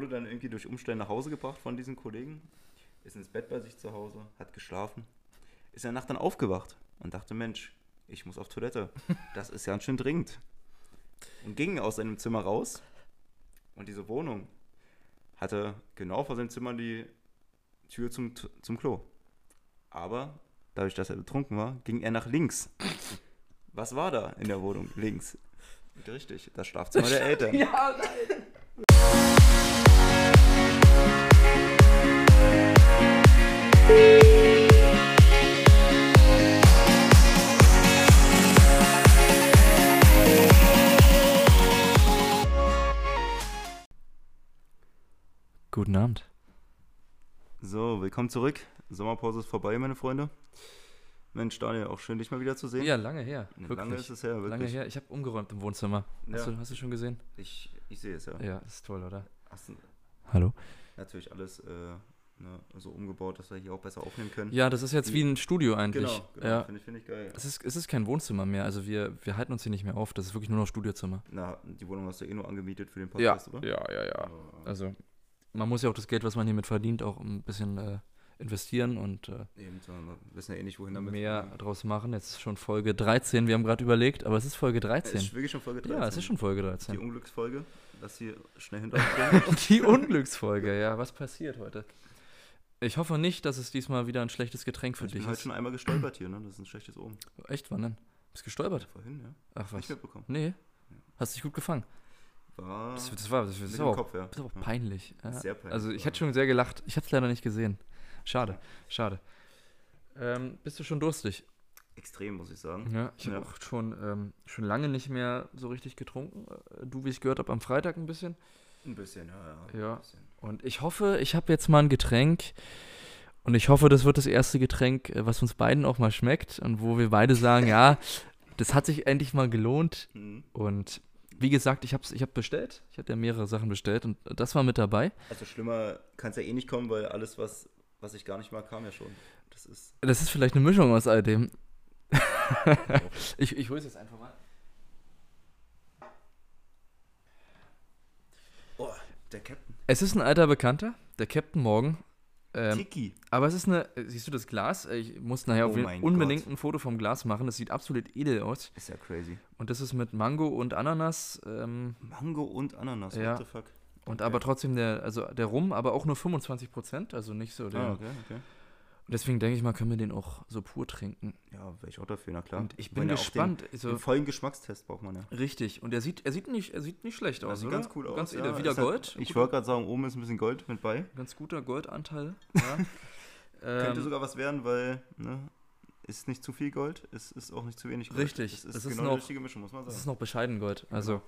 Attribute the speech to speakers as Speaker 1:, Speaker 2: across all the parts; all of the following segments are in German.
Speaker 1: dann irgendwie durch Umstände nach Hause gebracht von diesen Kollegen, ist ins Bett bei sich zu Hause, hat geschlafen, ist in der Nacht dann aufgewacht und dachte, Mensch, ich muss auf Toilette. Das ist ja ganz schön dringend. Und ging aus seinem Zimmer raus und diese Wohnung hatte genau vor seinem Zimmer die Tür zum, T- zum Klo. Aber dadurch, dass er betrunken war, ging er nach links. Was war da in der Wohnung? Links. Richtig, das Schlafzimmer der Eltern.
Speaker 2: Ja, nein.
Speaker 3: Guten Abend.
Speaker 1: So, willkommen zurück. Sommerpause ist vorbei, meine Freunde. Mensch, Daniel, auch schön, dich mal wieder zu sehen.
Speaker 3: Ja, lange her.
Speaker 1: Ne,
Speaker 3: Wirklich.
Speaker 1: Lange ist es her, wirklich.
Speaker 3: Lange her. Ich habe umgeräumt im Wohnzimmer. Hast,
Speaker 1: Ja.
Speaker 3: du, hast du schon gesehen?
Speaker 1: Ich, ich sehe es ja.
Speaker 3: Ja, ist toll, oder?
Speaker 1: Hast du
Speaker 3: Hallo.
Speaker 1: natürlich alles äh, ne, so umgebaut, dass wir hier auch besser aufnehmen können.
Speaker 3: Ja, das ist jetzt wie ein Studio eigentlich.
Speaker 1: genau, genau.
Speaker 3: Ja.
Speaker 1: Finde ich, find ich geil.
Speaker 3: Es ist, es ist kein Wohnzimmer mehr. Also wir, wir halten uns hier nicht mehr auf. Das ist wirklich nur noch Studiozimmer.
Speaker 1: Na, die Wohnung hast du eh nur angemietet für den Podcast, oder?
Speaker 3: ja, ja, ja.
Speaker 1: Aber,
Speaker 3: Also man muss ja auch das Geld, was man hiermit verdient, auch ein bisschen äh, investieren und äh,
Speaker 1: eben, so, wir wissen ja eh nicht, wohin damit.
Speaker 3: mehr draus machen. Jetzt ist schon Folge 13. Wir haben gerade überlegt, aber es ist Folge
Speaker 1: Es ist
Speaker 3: 13.
Speaker 1: wirklich schon Folge 13.
Speaker 3: Ja, es ist schon Folge
Speaker 1: die
Speaker 3: 13.
Speaker 1: Unglücksfolge, dass hier schnell hinter uns kommt.
Speaker 3: Die Unglücksfolge, ja. Was passiert heute? Ich hoffe nicht, dass es diesmal wieder ein schlechtes Getränk für
Speaker 1: Ich
Speaker 3: dich
Speaker 1: bin halt
Speaker 3: ist.
Speaker 1: schon einmal gestolpert hier, ne? Das ist ein schlechtes Omen.
Speaker 3: Echt, wann denn? Bist gestolpert?
Speaker 1: Vorhin, ja.
Speaker 3: Ach
Speaker 1: Nicht
Speaker 3: was.
Speaker 1: mitbekommen.
Speaker 3: Nee. Hast dich gut gefangen.
Speaker 1: War
Speaker 3: Das, das war, das, das
Speaker 1: mit
Speaker 3: ist
Speaker 1: dem
Speaker 3: aber auch,
Speaker 1: Ah. Kopf, ja.
Speaker 3: das ist aber
Speaker 1: Ja.
Speaker 3: auch peinlich. Ja.
Speaker 1: Sehr peinlich,
Speaker 3: Also ich
Speaker 1: aber-
Speaker 3: hätte schon sehr gelacht. Ich habe es leider nicht gesehen. Schade, schade. Ähm, bist du schon durstig?
Speaker 1: Extrem, muss ich sagen.
Speaker 3: Ja, ich habe
Speaker 1: Ja.
Speaker 3: auch schon, ähm, schon lange nicht mehr so richtig getrunken. Äh, Du, wie ich gehört habe, am Freitag ein bisschen.
Speaker 1: Ein bisschen, ja, ja.
Speaker 3: Ja.
Speaker 1: Ein bisschen.
Speaker 3: Und ich hoffe, ich habe jetzt mal ein Getränk. Und ich hoffe, das wird das erste Getränk, äh, was uns beiden auch mal schmeckt. Und wo wir beide sagen, ja, das hat sich endlich mal gelohnt.
Speaker 1: Mhm.
Speaker 3: Und wie gesagt, ich habe ich hab bestellt. Ich hatte ja mehrere Sachen bestellt und das war mit dabei.
Speaker 1: Also schlimmer kann es ja eh nicht kommen, weil alles, was, was ich gar nicht mag, kam ja schon. Das ist.
Speaker 3: Das ist vielleicht eine Mischung aus all dem. ich ich hole es jetzt einfach mal.
Speaker 1: Oh, der Captain.
Speaker 3: Es ist ein alter Bekannter, der Captain Morgan. Ähm,
Speaker 1: Tiki.
Speaker 3: aber es ist eine, siehst du das Glas? Ich muss nachher
Speaker 1: Oh
Speaker 3: auf jeden-
Speaker 1: mein
Speaker 3: unbedingt
Speaker 1: Gott.
Speaker 3: ein Foto vom Glas machen. Das sieht absolut edel aus.
Speaker 1: Ist ja crazy.
Speaker 3: Und das ist mit Mango und Ananas. Ähm,
Speaker 1: Mango und Ananas,
Speaker 3: Ja.
Speaker 1: what the fuck?
Speaker 3: und
Speaker 1: Okay.
Speaker 3: aber trotzdem der, also der Rum, aber auch nur 25 Prozent, also nicht so der.
Speaker 1: Ah, okay, okay.
Speaker 3: Und deswegen denke ich mal, können wir den auch so pur trinken.
Speaker 1: Ja, wäre ich auch dafür, na klar.
Speaker 3: Und ich
Speaker 1: Wir
Speaker 3: bin
Speaker 1: wollen ja auch
Speaker 3: gespannt.
Speaker 1: Den,
Speaker 3: also,
Speaker 1: den vollen Geschmackstest braucht man ja.
Speaker 3: richtig. Und er sieht, er sieht nicht, er sieht nicht schlecht aus.
Speaker 1: sieht
Speaker 3: oder?
Speaker 1: ganz cool aus.
Speaker 3: Ganz
Speaker 1: ja.
Speaker 3: edel. wieder
Speaker 1: Ist halt-
Speaker 3: Gold.
Speaker 1: ich wollte gerade sagen, oben ist ein bisschen Gold mit bei.
Speaker 3: Ganz guter Goldanteil. Ja. ähm,
Speaker 1: Könnte sogar was werden, weil, ne, ist nicht zu viel Gold, es ist auch nicht zu wenig Gold.
Speaker 3: Richtig,
Speaker 1: Es ist
Speaker 3: das ist
Speaker 1: genau
Speaker 3: noch-
Speaker 1: die richtige Mischung, muss man
Speaker 3: das ist
Speaker 1: sagen.
Speaker 3: noch bescheiden Gold.
Speaker 1: Genau.
Speaker 3: Also.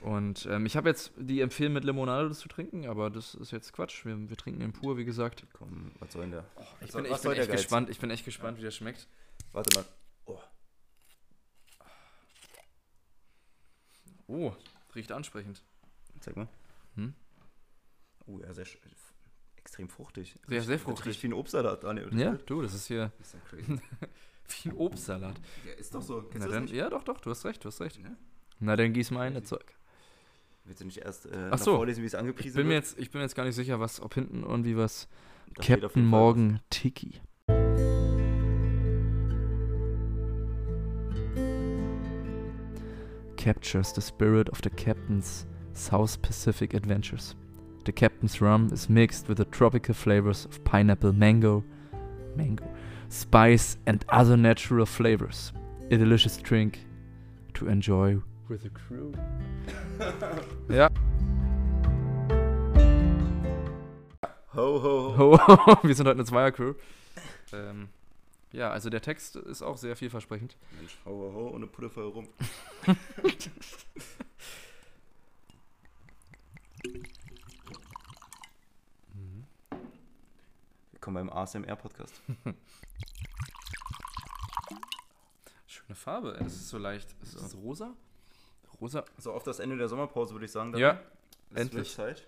Speaker 3: Und ähm, ich habe jetzt die empfehlen, mit Limonade das zu trinken, aber das ist jetzt Quatsch. Wir, wir trinken den pur, wie gesagt.
Speaker 1: Komm, was soll denn der?
Speaker 3: Ich
Speaker 1: soll-
Speaker 3: bin,
Speaker 1: Also was
Speaker 3: ich bin
Speaker 1: soll der
Speaker 3: echt
Speaker 1: Geiz?
Speaker 3: gespannt. Ich bin echt gespannt, wie der schmeckt.
Speaker 1: Warte mal. Oh,
Speaker 3: Oh, riecht ansprechend.
Speaker 1: zeig mal.
Speaker 3: Hm?
Speaker 1: Oh, ja, sehr sch- f- extrem fruchtig.
Speaker 3: Sehr, sehr
Speaker 1: Das riecht
Speaker 3: fruchtig.
Speaker 1: wie ein Obstsalat, Daniel.
Speaker 3: Ja, du, das ist hier
Speaker 1: Ist ja crazy.
Speaker 3: wie ein Obstsalat.
Speaker 1: ja, ist doch so. Kennst
Speaker 3: Na
Speaker 1: du das
Speaker 3: dann,
Speaker 1: nicht?
Speaker 3: ja, doch, doch, du hast recht, du hast recht.
Speaker 1: Ne?
Speaker 3: Na dann gieß mal ein, das Zeug.
Speaker 1: Willst du nicht erst äh,
Speaker 3: Ach
Speaker 1: noch
Speaker 3: so.
Speaker 1: vorlesen, wie es
Speaker 3: Ich
Speaker 1: angepriesen
Speaker 3: bin, mir
Speaker 1: wird?
Speaker 3: jetzt, ich bin mir jetzt gar nicht sicher, was, ob hinten irgendwie was.
Speaker 1: Da steht auf
Speaker 3: Captain
Speaker 1: jeden Fall
Speaker 3: Morgan Tiki. Captures the spirit of the captain's South Pacific adventures. The captain's rum is mixed with the tropical flavors of pineapple, mango, mango, spice, and other natural flavors. A delicious drink to enjoy with the crew. ja.
Speaker 1: was. Ho, ho, ho.
Speaker 3: Ho, ho, ho, Oh, wir sind heute eine Zweier-Crew. Ähm, ja, also der Text ist auch sehr vielversprechend.
Speaker 1: Mensch, ho, ho, ho und eine Pulle voll rum. Willkommen Mhm. beim ASMR-Podcast.
Speaker 3: Schöne Farbe, ey. das ist so leicht. Ist das rosa? Rosa?
Speaker 1: So, auf das Ende der Sommerpause würde ich sagen. dann
Speaker 3: Ja,
Speaker 1: es wird
Speaker 3: endlich.
Speaker 1: Zeit.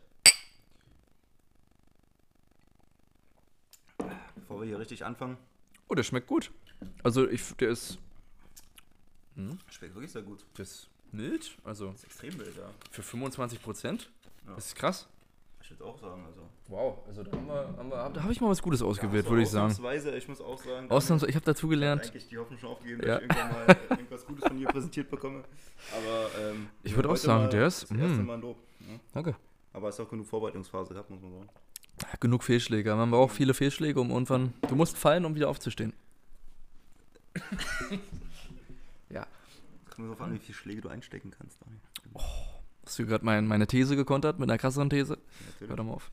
Speaker 1: Bevor wir hier richtig anfangen,
Speaker 3: Oh, der schmeckt gut. Also ich, der ist,
Speaker 1: schmeckt wirklich sehr gut.
Speaker 3: der ist mild, also
Speaker 1: Das ist extrem wild, ja.
Speaker 3: für 25 Prozent.
Speaker 1: Ja.
Speaker 3: Das ist krass.
Speaker 1: Ich ich jetzt auch sagen. Also.
Speaker 3: Wow, also da haben wir, haben wir, hab- da habe ich mal was Gutes ausgewählt,
Speaker 1: Also
Speaker 3: würde ich sagen.
Speaker 1: Ausnahmsweise, ich muss auch sagen.
Speaker 3: Ausnahms ich habe dazugelernt.
Speaker 1: eigentlich die Hoffnung schon aufgegeben,
Speaker 3: Ja.
Speaker 1: dass ich irgendwann mal äh, irgendwas Gutes von dir präsentiert bekomme. Aber ähm,
Speaker 3: Ich würd auch
Speaker 1: heute
Speaker 3: sagen,
Speaker 1: mal
Speaker 3: der ist-
Speaker 1: Das erste
Speaker 3: hm.
Speaker 1: Mal ein Lob. ne?
Speaker 3: Danke.
Speaker 1: Aber es ist auch genug Vorbereitungsphase gehabt, muss man sagen.
Speaker 3: Ah, Genug Fehlschläge. Man braucht viele Fehlschläge, um irgendwann. Du musst fallen, um wieder aufzustehen.
Speaker 1: Es kommt darauf an, wie viele Schläge du einstecken kannst, Daniel.
Speaker 3: Hast du gerade mein, meine These gekontert mit einer krasseren These? Hör
Speaker 1: Natürlich.
Speaker 3: doch mal auf.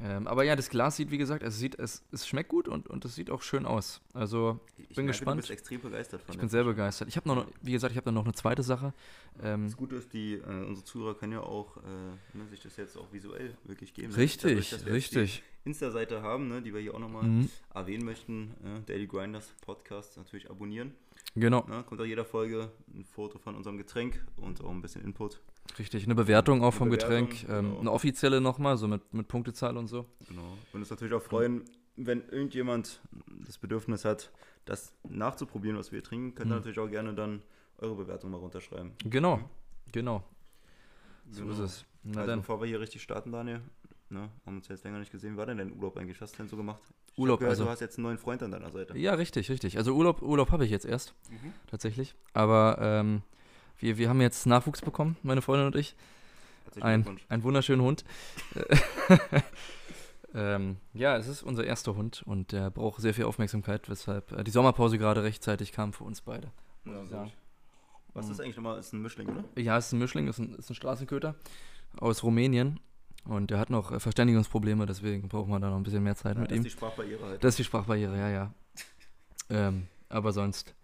Speaker 3: Ähm, aber ja, das Glas sieht, wie gesagt, es, sieht, es, es schmeckt gut und, und es sieht auch schön aus. Also,
Speaker 1: Ich
Speaker 3: bin gespannt.
Speaker 1: Du bist extrem begeistert von
Speaker 3: ich
Speaker 1: der
Speaker 3: bin sehr begeistert. Ich habe noch, ne, wie gesagt, ich habe dann noch eine zweite Sache. Ähm,
Speaker 1: Das Gute ist, die, äh, unsere Zuhörer können ja auch äh, ne, sich das jetzt auch visuell wirklich geben. ne? Dadurch,
Speaker 3: richtig,
Speaker 1: dass wir jetzt
Speaker 3: richtig.
Speaker 1: Die Insta-Seite haben, ne, die wir hier auch nochmal
Speaker 3: Mhm.
Speaker 1: erwähnen möchten. Äh, Daily Grinders Podcast natürlich abonnieren.
Speaker 3: Genau,
Speaker 1: Ne, kommt auch jeder Folge ein Foto von unserem Getränk und auch ein bisschen Input.
Speaker 3: richtig. Eine Bewertung auch
Speaker 1: Eine
Speaker 3: vom
Speaker 1: Bewertung,
Speaker 3: Getränk. Ähm,
Speaker 1: genau.
Speaker 3: Eine offizielle nochmal, so mit, mit Punktezahl und so.
Speaker 1: Genau. Und uns natürlich auch freuen, wenn irgendjemand das Bedürfnis hat, das nachzuprobieren, was wir trinken, könnt ihr
Speaker 3: Mhm.
Speaker 1: natürlich auch gerne dann eure Bewertung mal runterschreiben.
Speaker 3: Genau, genau. So
Speaker 1: Genau.
Speaker 3: ist es. Na
Speaker 1: also
Speaker 3: dann.
Speaker 1: bevor wir hier richtig starten, Daniel, ne, haben uns jetzt länger nicht gesehen. Wie war denn dein Urlaub eigentlich? Was hast du denn so gemacht? Ich
Speaker 3: Urlaub,
Speaker 1: hab gehört,
Speaker 3: also-
Speaker 1: Du hast jetzt einen neuen Freund an deiner Seite. Mhm.
Speaker 3: Ja, richtig, richtig. Also Urlaub, Urlaub habe ich jetzt erst, tatsächlich. Aber ähm, wir, wir haben jetzt Nachwuchs bekommen, meine Freundin und ich.
Speaker 1: Herzlichen
Speaker 3: Ein,
Speaker 1: Glückwunsch.
Speaker 3: ein wunderschöner Hund. ähm, ja, es ist unser erster Hund und der braucht sehr viel Aufmerksamkeit, weshalb äh, die Sommerpause gerade rechtzeitig kam für uns beide.
Speaker 1: Ja,
Speaker 3: ich
Speaker 1: gut.
Speaker 3: sagen. Mhm.
Speaker 1: Was ist eigentlich nochmal? Ist ein Mischling, oder?
Speaker 3: Ja, es ist ein Mischling, es ist ein, ist ein Straßenköter aus Rumänien und der hat noch äh, Verständigungsprobleme, deswegen braucht man da noch ein bisschen mehr Zeit mit
Speaker 1: das
Speaker 3: ihm.
Speaker 1: ist die Sprachbarriere halt.
Speaker 3: Das ist die Sprachbarriere, ja, ja. ähm, aber sonst,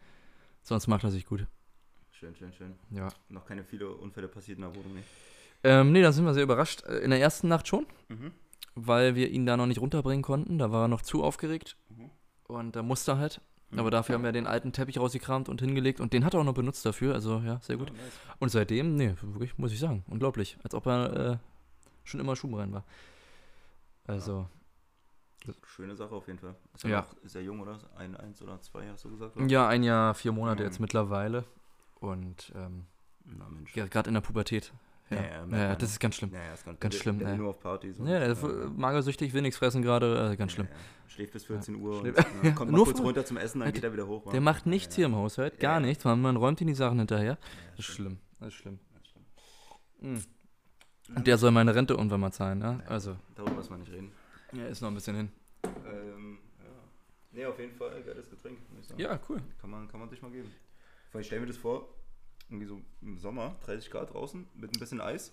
Speaker 3: sonst macht er sich gut.
Speaker 1: Schön, schön, schön.
Speaker 3: Ja.
Speaker 1: Noch keine viele Unfälle passiert in der Wohnung. ne?
Speaker 3: Ähm, nee, da sind wir sehr überrascht. Äh, In der ersten Nacht schon,
Speaker 1: Mhm.
Speaker 3: weil wir ihn da noch nicht runterbringen konnten. Da war er noch zu aufgeregt
Speaker 1: Mhm.
Speaker 3: und da musste er halt.
Speaker 1: Mhm.
Speaker 3: Aber dafür haben wir den alten Teppich rausgekramt und hingelegt und den hat er auch noch benutzt dafür. Also ja, sehr gut.
Speaker 1: Ja, nice.
Speaker 3: Und seitdem, nee, wirklich, muss ich sagen, unglaublich. Als ob er äh, schon immer Schuh rein war. Also,
Speaker 1: Schöne Sache auf jeden Fall. Ist
Speaker 3: Ja.
Speaker 1: ja. Noch, ist ja jung, oder? Ein, eins oder zwei, hast du gesagt?
Speaker 3: ja,
Speaker 1: oder?
Speaker 3: ein Jahr, vier Monate jetzt
Speaker 1: Mhm.
Speaker 3: mittlerweile. Und ähm,
Speaker 1: Na Mensch.
Speaker 3: ja, gerade in der Pubertät. Ja,
Speaker 1: Ja, ja,
Speaker 3: ja,
Speaker 1: merkt man,
Speaker 3: das ist ganz schlimm.
Speaker 1: Naja, ist ganz,
Speaker 3: Ganz
Speaker 1: der-
Speaker 3: schlimm,
Speaker 1: der will
Speaker 3: ey.
Speaker 1: Nur auf Partys. und- ne?
Speaker 3: Ja, der ist, äh, magersüchtig, will nichts fressen gerade, äh, ganz
Speaker 1: Ja,
Speaker 3: schlimm.
Speaker 1: ja. Schläft bis 14 Uhr.
Speaker 3: Schläft-
Speaker 1: Und, ne,
Speaker 3: Ja,
Speaker 1: Kommt mal
Speaker 3: nur
Speaker 1: kurz
Speaker 3: vor-
Speaker 1: runter zum Essen, dann
Speaker 3: Ja,
Speaker 1: geht er wieder hoch. wa?
Speaker 3: Der macht nichts
Speaker 1: Ja,
Speaker 3: hier im Haushalt, gar
Speaker 1: Ja, ja.
Speaker 3: nichts. Man, man räumt ihm die Sachen hinterher.
Speaker 1: ja,
Speaker 3: Das ist schlimm. Das ist schlimm.
Speaker 1: Das stimmt.
Speaker 3: Mhm. Und der soll meine Rente irgendwann mal zahlen, ne? Also,
Speaker 1: Darüber muss man nicht reden.
Speaker 3: ja, ist noch ein bisschen hin.
Speaker 1: Ähm, ja. Nee, auf jeden Fall, geiles Getränk. Muss ich sagen.
Speaker 3: Ja, cool.
Speaker 1: Kann man, kann man sich mal geben. Weil ich stelle mir das vor, irgendwie so im Sommer, 30 Grad draußen, mit ein bisschen Eis.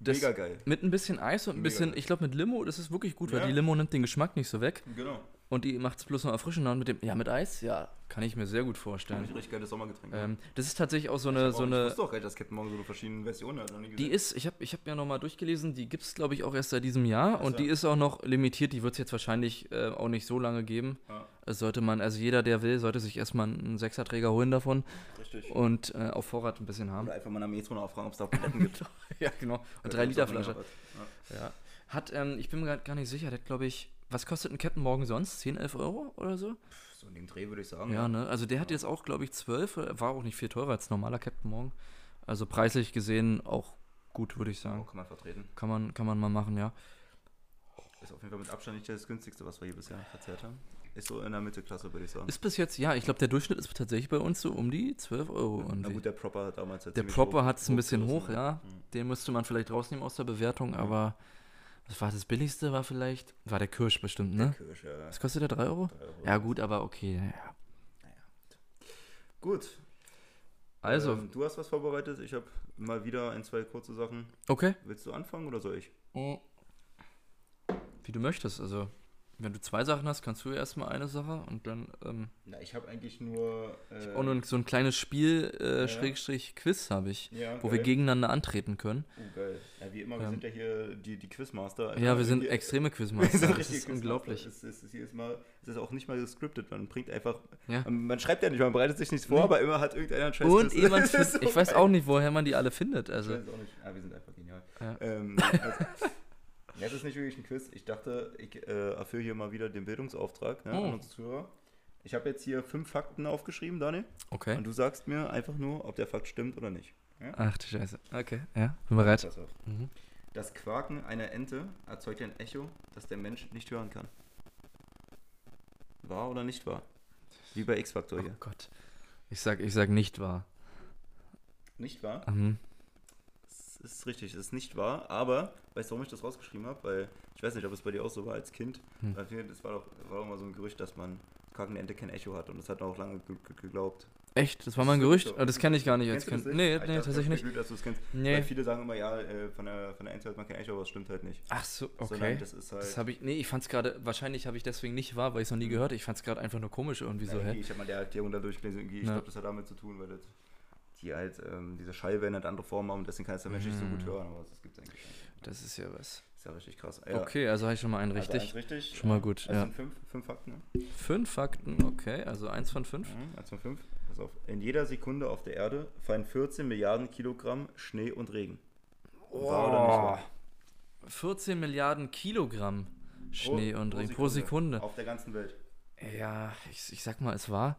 Speaker 3: Das
Speaker 1: Mega geil.
Speaker 3: mit ein bisschen Eis und ein
Speaker 1: Mega.
Speaker 3: bisschen, ich glaube, mit Limo, das ist wirklich gut, weil
Speaker 1: Ja.
Speaker 3: die Limo nimmt den Geschmack nicht so weg
Speaker 1: Genau.
Speaker 3: und die macht es bloß noch erfrischender. Und mit dem, ja, mit Eis, ja, kann ich mir sehr gut
Speaker 1: Finde ich
Speaker 3: vorstellen.
Speaker 1: ein richtig geiles Sommergetränk.
Speaker 3: Ähm, das ist tatsächlich auch so
Speaker 1: Ich hab
Speaker 3: eine,
Speaker 1: auch-
Speaker 3: so
Speaker 1: Ich
Speaker 3: eine,
Speaker 1: wusste auch gar nicht, dass Captain Morgan so eine verschiedene Versionen hat. Noch nie
Speaker 3: Die
Speaker 1: gesehen.
Speaker 3: ist, ich habe ich hab ja nochmal durchgelesen, die gibt es, glaube ich, auch erst seit diesem Jahr und
Speaker 1: so.
Speaker 3: die ist auch noch limitiert, die wird es jetzt wahrscheinlich äh, auch nicht so lange geben.
Speaker 1: Ja.
Speaker 3: Es Sollte man, also jeder, der will, sollte sich erstmal einen Sechserträger holen davon
Speaker 1: Richtig.
Speaker 3: und äh, auf Vorrat ein bisschen haben.
Speaker 1: Oder einfach mal nach Metro nachfragen, ob es da Paletten gibt.
Speaker 3: ja, genau. Und drei
Speaker 1: Vielleicht gibt's
Speaker 3: Liter
Speaker 1: auch länger
Speaker 3: Flasche.
Speaker 1: was. Ja.
Speaker 3: Ja. Hat, ähm, ich bin mir grad gar nicht sicher, der hat, glaube ich, was kostet ein Captain Morgan sonst? 10, 11 Euro oder so?
Speaker 1: So in dem Dreh würde ich sagen.
Speaker 3: Ja, ne? Also der hat jetzt auch, glaube ich, 12, äh, war auch nicht viel teurer als normaler Captain Morgan. Also preislich gesehen auch gut, würde ich
Speaker 1: Ja,
Speaker 3: sagen.
Speaker 1: oh, Kann man vertreten.
Speaker 3: Kann man, kann man mal machen, ja.
Speaker 1: Ist auf jeden Fall mit Abstand nicht das günstigste, was wir hier bisher verzehrt haben. Ist so in der Mittelklasse, würde ich sagen.
Speaker 3: Ist bis jetzt, ja, ich glaube, der Durchschnitt ist tatsächlich bei uns so um die 12 Euro.
Speaker 1: Na
Speaker 3: irgendwie.
Speaker 1: gut, der Proper hat damals ja
Speaker 3: der
Speaker 1: ziemlich
Speaker 3: Proper
Speaker 1: hoch-
Speaker 3: hat es ein bisschen hoch,
Speaker 1: hochgerissen, ne? Mhm.
Speaker 3: ja. Den müsste man vielleicht rausnehmen aus der Bewertung, aber was war das billigste? War vielleicht, war der Kirsch bestimmt, ne?
Speaker 1: Kirsch, ja.
Speaker 3: Was kostet der 3 Euro?
Speaker 1: Euro.
Speaker 3: Ja, gut, aber okay. ja, Ja.
Speaker 1: Gut.
Speaker 3: Also,
Speaker 1: Ähm, du hast was vorbereitet. Ich habe mal wieder ein, zwei kurze Sachen.
Speaker 3: okay.
Speaker 1: Willst du anfangen oder soll ich?
Speaker 3: Wie du möchtest, also. Wenn du zwei Sachen hast, kannst du ja erstmal eine Sache und dann ähm,
Speaker 1: Na, ich habe eigentlich nur. äh,
Speaker 3: ich hab auch nur so ein kleines Spiel, äh,
Speaker 1: ja.
Speaker 3: Schrägstrich Quiz habe ich,
Speaker 1: ja,
Speaker 3: wo wir gegeneinander antreten können.
Speaker 1: Oh, geil. Ja, wie immer, wir
Speaker 3: Ähm.
Speaker 1: sind ja hier die, die Quizmaster. Alter.
Speaker 3: Ja, wir
Speaker 1: Also
Speaker 3: sind
Speaker 1: hier-
Speaker 3: extreme
Speaker 1: wir
Speaker 3: Quizmaster.
Speaker 1: sind
Speaker 3: Das
Speaker 1: richtige
Speaker 3: ist
Speaker 1: Quizmaster.
Speaker 3: unglaublich.
Speaker 1: Es ist, es ist jedes Mal, es ist auch nicht mal gescriptet. Man bringt einfach.
Speaker 3: Ja.
Speaker 1: Man schreibt ja nicht, man bereitet sich nichts vor, aber immer hat irgendeiner einen Scheiß.
Speaker 3: Und
Speaker 1: Quiz.
Speaker 3: jemand
Speaker 1: Das ist
Speaker 3: findet,
Speaker 1: so
Speaker 3: ich weiß
Speaker 1: geil.
Speaker 3: auch nicht, woher man die alle findet.
Speaker 1: Ich
Speaker 3: Also,
Speaker 1: weiß auch nicht. Ah, wir sind einfach genial.
Speaker 3: Ja.
Speaker 1: Ähm, also, das ist nicht wirklich ein Quiz. Ich dachte, ich äh, erfülle hier mal wieder den Bildungsauftrag ne,
Speaker 3: Oh.
Speaker 1: an unsere Zuhörer. Ich habe jetzt hier fünf Fakten aufgeschrieben, Daniel.
Speaker 3: okay.
Speaker 1: Und du sagst mir einfach nur, ob der Fakt stimmt oder nicht.
Speaker 3: Ach du Scheiße. Okay, ja, bin bereit.
Speaker 1: Pass auf.
Speaker 3: Also, Mhm.
Speaker 1: Das Quaken einer Ente erzeugt ein Echo, das der Mensch nicht hören kann. Wahr oder nicht wahr? Wie bei X-Faktor
Speaker 3: Oh
Speaker 1: hier.
Speaker 3: Gott. Ich sag, ich sag nicht wahr.
Speaker 1: Nicht wahr?
Speaker 3: Mhm.
Speaker 1: Das ist richtig, das ist nicht wahr, aber weißt du, warum ich das rausgeschrieben habe? Weil ich weiß nicht, ob es bei dir auch so war als Kind.
Speaker 3: Hm.
Speaker 1: Weil viele- Es war doch, war doch mal so ein Gerücht, dass man kackende Ente kein Echo hat und das hat man auch lange ge- ge- geglaubt.
Speaker 3: Echt? Das war mal ein Gerücht? Ah, Das kenne ich gar nicht. Als
Speaker 1: Kennst du das nicht?
Speaker 3: kind. Nee,
Speaker 1: Ah, ich
Speaker 3: nee,
Speaker 1: dachte, das
Speaker 3: tatsächlich nicht.
Speaker 1: wär Gut, dass du es kennst. Weil
Speaker 3: Nee.
Speaker 1: viele sagen immer, ja, äh, von der, von der Ente hat man kein Echo, aber es stimmt halt nicht.
Speaker 3: Ach so, okay.
Speaker 1: Sondern das ist halt. Mhm.
Speaker 3: Das habe ich, nee, ich fand's gerade, wahrscheinlich habe ich deswegen nicht wahr, weil ich es noch nie gehört Ich fand's gerade einfach nur komisch irgendwie so,
Speaker 1: Ja, irgendwie,
Speaker 3: hä?
Speaker 1: ich habe mal der Erklärung da durchgelesen, irgendwie, ich
Speaker 3: Ja.
Speaker 1: glaube, das hat damit zu tun, weil das, die halt ähm, diese Schallwellen halt andere Formen haben und deswegen kann es der Mensch nicht so
Speaker 3: Hm.
Speaker 1: gut hören, aber das gibt es eigentlich nicht.
Speaker 3: Das ist ja was.
Speaker 1: Ist ja richtig krass. Ah, Ja,
Speaker 3: Okay, also habe ich schon mal einen
Speaker 1: also eins
Speaker 3: richtig.
Speaker 1: richtig.
Speaker 3: Schon mal gut,
Speaker 1: Also
Speaker 3: ja.
Speaker 1: sind fünf, fünf Fakten, ne?
Speaker 3: Fünf Fakten, okay, also eins von fünf.
Speaker 1: Mhm, eins von fünf. Pass auf. In jeder Sekunde auf der Erde fallen 14 Milliarden Kilogramm Schnee und Regen. Wahr oder nicht wahr?
Speaker 3: 14 Milliarden Kilogramm
Speaker 1: Oh, Pro-
Speaker 3: Schnee und Regen pro Sekunde.
Speaker 1: Auf der ganzen Welt.
Speaker 3: Ja, ich, ich sag mal, es war.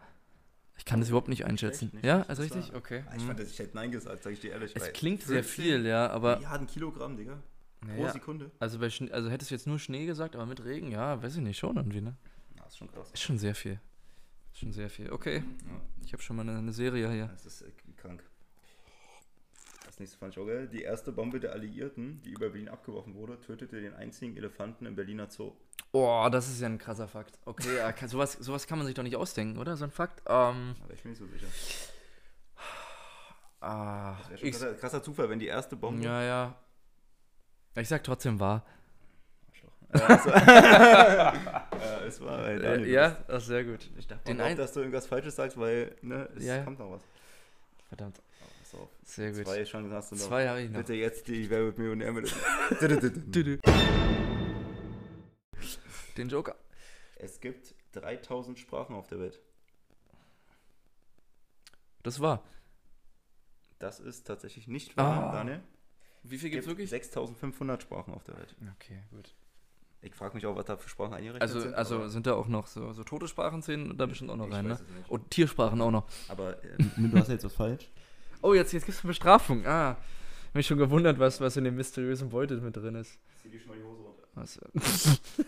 Speaker 3: Ich kann das überhaupt nicht einschätzen.
Speaker 1: Echt nicht?
Speaker 3: ja,
Speaker 1: Das
Speaker 3: also
Speaker 1: ist
Speaker 3: richtig?
Speaker 1: wahr.
Speaker 3: Okay.
Speaker 1: Ah, Ich fand, dass ich hätte Nein gesagt, sag ich dir ehrlich.
Speaker 3: es
Speaker 1: weil
Speaker 3: klingt sehr
Speaker 1: 14
Speaker 3: viel, ja, aber.
Speaker 1: Milliarden Kilogramm, Digga. Pro
Speaker 3: Ja,
Speaker 1: Sekunde.
Speaker 3: also, bei Schnee, also hättest du jetzt nur Schnee gesagt, aber mit Regen, ja, weiß ich nicht, schon irgendwie, ne?
Speaker 1: Na, ist schon krass.
Speaker 3: Ist schon sehr viel. Ist schon sehr viel. Okay,
Speaker 1: Ja.
Speaker 3: ich habe schon mal eine, eine Serie hier.
Speaker 1: Das ist äh, krank. Das nächste fand ich auch geil. Die erste Bombe der Alliierten, die über Berlin abgeworfen wurde, tötete den einzigen Elefanten im Berliner Zoo.
Speaker 3: Oh, das ist ja ein krasser Fakt. Okay, ja, kann, sowas, sowas kann man sich doch nicht ausdenken, oder? So ein Fakt? Ähm,
Speaker 1: Aber ich bin nicht so sicher.
Speaker 3: ah,
Speaker 1: Das wäre schon
Speaker 3: ich,
Speaker 1: krasser, krasser Zufall, wenn die erste Bombe.
Speaker 3: ja, ja. Ich sag trotzdem wahr.
Speaker 1: Arschloch. Äh, also- äh, es war äh, Daniel,
Speaker 3: Äh,
Speaker 1: du
Speaker 3: ja,
Speaker 1: bist-
Speaker 3: das ist sehr gut.
Speaker 1: Ich dachte
Speaker 3: Den
Speaker 1: mal,
Speaker 3: ein-
Speaker 1: dass du irgendwas Falsches sagst, weil ne, es
Speaker 3: Ja, ja.
Speaker 1: kommt noch was.
Speaker 3: Verdammt,
Speaker 1: Aber pass auf.
Speaker 3: sehr gut.
Speaker 1: Zwei Chancen hast du noch.
Speaker 3: Zwei habe ich noch.
Speaker 1: Bitte jetzt die Wer wird Millionär mit.
Speaker 3: Tüdü. Den Joker.
Speaker 1: es gibt 3000 Sprachen auf der Welt.
Speaker 3: Das war.
Speaker 1: Das ist tatsächlich nicht wahr,
Speaker 3: Ah.
Speaker 1: Daniel.
Speaker 3: Wie viel
Speaker 1: Es
Speaker 3: gibt's
Speaker 1: gibt
Speaker 3: wirklich?
Speaker 1: 6500 Sprachen auf der Welt.
Speaker 3: Okay, gut.
Speaker 1: Ich frage mich auch, was da für Sprachen eingerechnet
Speaker 3: Also,
Speaker 1: sind.
Speaker 3: also
Speaker 1: aber-
Speaker 3: sind da auch noch so, so tote Sprachen zählen da bestimmt auch noch
Speaker 1: Ich
Speaker 3: rein,
Speaker 1: weiß
Speaker 3: ne?
Speaker 1: es nicht.
Speaker 3: Und Tiersprachen auch noch.
Speaker 1: aber ähm, du hast jetzt was falsch.
Speaker 3: Oh, jetzt, jetzt gibt's eine Bestrafung. Ah. Ich hab mich schon gewundert, was, was in dem mysteriösen Beutel mit drin ist.
Speaker 1: Zieh dir schon mal die Hose runter.
Speaker 3: Was? äh.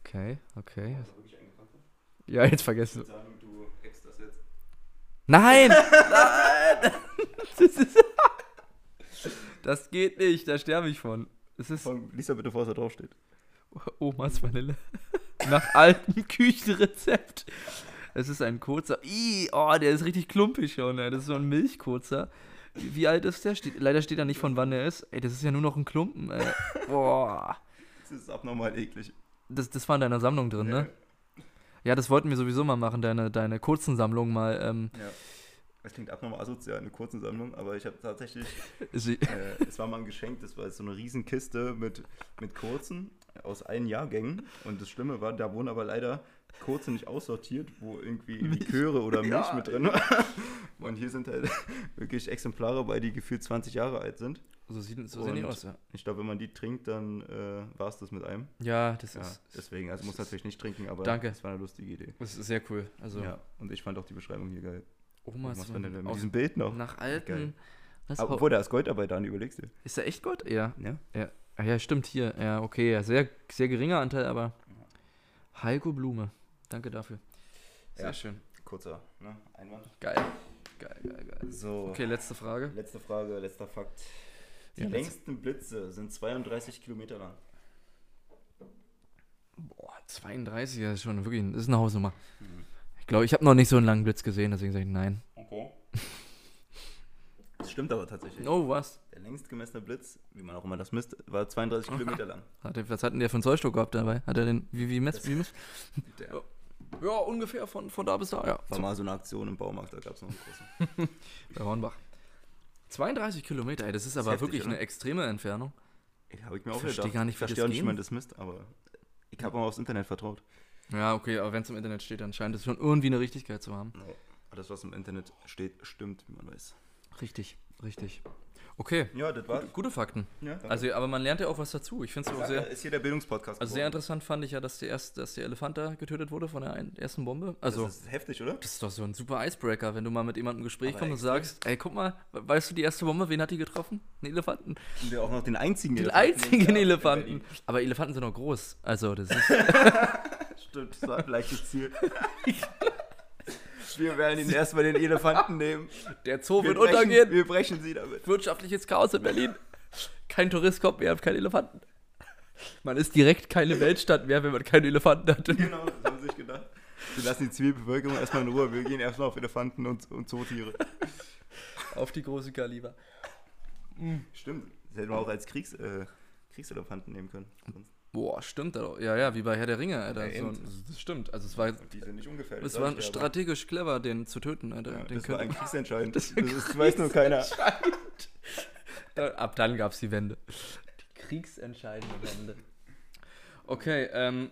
Speaker 3: okay, okay.
Speaker 1: Hast du Also wirklich eingepackt?
Speaker 3: Ja, jetzt vergessen.
Speaker 1: Sanu, du eckst das jetzt.
Speaker 3: Nein! Nein! Das, ist das geht nicht, da sterbe ich von. Es ist
Speaker 1: Lies doch bitte vor, was da draufsteht.
Speaker 3: Omas Vanille. Nach altem Küchenrezept. Es ist ein kurzer. Ih, oh, der ist richtig klumpig schon, ey. Das ist so ein Milchkurzer. Wie wie alt ist der? Steht, leider steht da nicht, von wann er ist. Ey, das ist ja nur noch ein Klumpen, ey. Boah.
Speaker 1: Das ist abnormal eklig.
Speaker 3: Das, das war in deiner Sammlung drin, ne? Ja, das wollten wir sowieso mal machen, deine, deine kurzen Sammlung mal. Ähm,
Speaker 1: Ja. Das klingt abnormal asozial, eine kurze Sammlung, aber ich habe tatsächlich,
Speaker 3: sie-
Speaker 1: äh, es war mal ein Geschenk, das war so eine Riesenkiste mit, mit kurzen aus allen Jahrgängen und das Schlimme war, da wurden aber leider kurze nicht aussortiert, wo irgendwie Liköre oder Milch
Speaker 3: Ja.
Speaker 1: mit drin war. Und hier sind halt wirklich Exemplare bei, die gefühlt 20 Jahre alt sind.
Speaker 3: so sieht, so sehen die
Speaker 1: Und-
Speaker 3: aus, ja.
Speaker 1: Ich glaube, wenn man die trinkt, dann äh, war es das mit einem.
Speaker 3: Ja, das
Speaker 1: Ja,
Speaker 3: ist.
Speaker 1: deswegen, also muss natürlich nicht trinken, aber
Speaker 3: Danke.
Speaker 1: das war eine lustige Idee.
Speaker 3: Das ist sehr cool. Also,
Speaker 1: Ja, und ich fand auch die Beschreibung hier geil.
Speaker 3: Omas
Speaker 1: Was war denn
Speaker 3: Vanille.
Speaker 1: mit
Speaker 3: Aus,
Speaker 1: diesem Bild noch?
Speaker 3: nach alten.
Speaker 1: Geil.
Speaker 3: Was,
Speaker 1: Aber obwohl, da ist Gold dabei, Dani, überlegst du.
Speaker 3: ist da echt Gold? Ja.
Speaker 1: Ja?
Speaker 3: Ah ja, stimmt hier. Ja, okay, ja, sehr, sehr geringer Anteil, aber Heiko Blume. Danke dafür. Sehr
Speaker 1: Ja.
Speaker 3: schön.
Speaker 1: Kurzer ne? Einwand.
Speaker 3: Geil. Geil, geil, geil.
Speaker 1: So,
Speaker 3: Okay, letzte Frage.
Speaker 1: letzte Frage, letzter Fakt. Die
Speaker 3: Ja, letzte-
Speaker 1: längsten Blitze sind 32 Kilometer lang.
Speaker 3: Boah, 32 das ist schon wirklich, das ist eine Hausnummer.
Speaker 1: Mhm.
Speaker 3: Ich glaube, ich habe noch nicht so einen langen Blitz gesehen, deswegen sage ich nein.
Speaker 1: Okay. Das stimmt aber tatsächlich.
Speaker 3: Oh, was?
Speaker 1: Der längst gemessene Blitz, wie man auch immer das misst, war 32 Kilometer lang.
Speaker 3: Hat der, was hat denn der für einen Zollstock gehabt dabei? Hat er den, wie, wie messt, wie messt?
Speaker 1: Der
Speaker 3: Ja, ungefähr von, von da bis da, ja.
Speaker 1: war mal so eine Aktion im Baumarkt, da gab es noch einen großen.
Speaker 3: Bei Hornbach. 32 Kilometer, ey, das ist aber
Speaker 1: heftig,
Speaker 3: wirklich
Speaker 1: oder?
Speaker 3: eine extreme Entfernung.
Speaker 1: Habe ich mir auch
Speaker 3: Versteh
Speaker 1: gedacht.
Speaker 3: gar nicht, wie
Speaker 1: ich verstehe
Speaker 3: das
Speaker 1: auch nicht, wie
Speaker 3: geht.
Speaker 1: man das misst, aber ich habe mal aufs Internet vertraut.
Speaker 3: Ja, okay, aber wenn es im Internet steht, dann scheint es schon irgendwie eine Richtigkeit zu haben.
Speaker 1: Alles, was im Internet steht, stimmt, wie man weiß.
Speaker 3: Richtig. Richtig. Okay.
Speaker 1: Ja, das war's.
Speaker 3: Gut, gute Fakten.
Speaker 1: Ja, danke.
Speaker 3: Also, aber man lernt ja auch was dazu. Ich finde es auch
Speaker 1: Ja, äh,
Speaker 3: sehr.
Speaker 1: ist hier der Bildungspodcast.
Speaker 3: Also sehr
Speaker 1: geworden.
Speaker 3: interessant fand ich ja, dass der, erst, dass der Elefant da getötet wurde von der ein, ersten Bombe. Also
Speaker 1: Das ist heftig, oder?
Speaker 3: Das ist doch so ein super Icebreaker, wenn du mal mit jemandem im Gespräch
Speaker 1: Aber
Speaker 3: kommst und
Speaker 1: extrem.
Speaker 3: sagst, ey, guck mal, we- weißt du die erste Bombe, wen hat die getroffen? Einen Elefanten.
Speaker 1: Und wir auch noch den einzigen
Speaker 3: Den
Speaker 1: Elefanten jetzt
Speaker 3: einzigen
Speaker 1: haben in
Speaker 3: Elefanten.
Speaker 1: Berlin.
Speaker 3: Aber Elefanten sind doch groß. Also, das ist
Speaker 1: Stimmt, das war ein leichtes Ziel. wir werden ihn erstmal den Elefanten nehmen.
Speaker 3: der Zoo
Speaker 1: Wir
Speaker 3: wird
Speaker 1: brechen,
Speaker 3: untergehen.
Speaker 1: wir brechen sie damit.
Speaker 3: Wirtschaftliches Chaos in Berlin. Kein Tourist kommt mehr, kein Elefanten. Man ist direkt keine Weltstadt mehr, wenn man keinen Elefanten hat.
Speaker 1: Genau, das haben sie sich gedacht. Wir lassen die Zivilbevölkerung erstmal in Ruhe. Wir gehen erstmal auf Elefanten und, und Zootiere.
Speaker 3: Auf die große Kaliber.
Speaker 1: Stimmt. Das hätten wir auch als Kriegs, äh, Kriegselefanten nehmen können.
Speaker 3: Boah, stimmt. doch. Ja, ja, wie bei Herr der Ringe, Alter.
Speaker 1: Ja, eben.
Speaker 3: So, ein- das stimmt. Also, es war,
Speaker 1: Und die sind nicht ungefährlich.
Speaker 3: es
Speaker 1: sag ich
Speaker 3: war
Speaker 1: dir, aber-
Speaker 3: strategisch clever, den zu töten, Alter.
Speaker 1: Ja,
Speaker 3: den
Speaker 1: das war
Speaker 3: könnte-
Speaker 1: ein Kriegsentscheidend. Das,
Speaker 3: Das
Speaker 1: ist, weiß nur keiner.
Speaker 3: Da- Ab dann gab es die Wende. Die kriegsentscheidende Wende. Okay, ähm,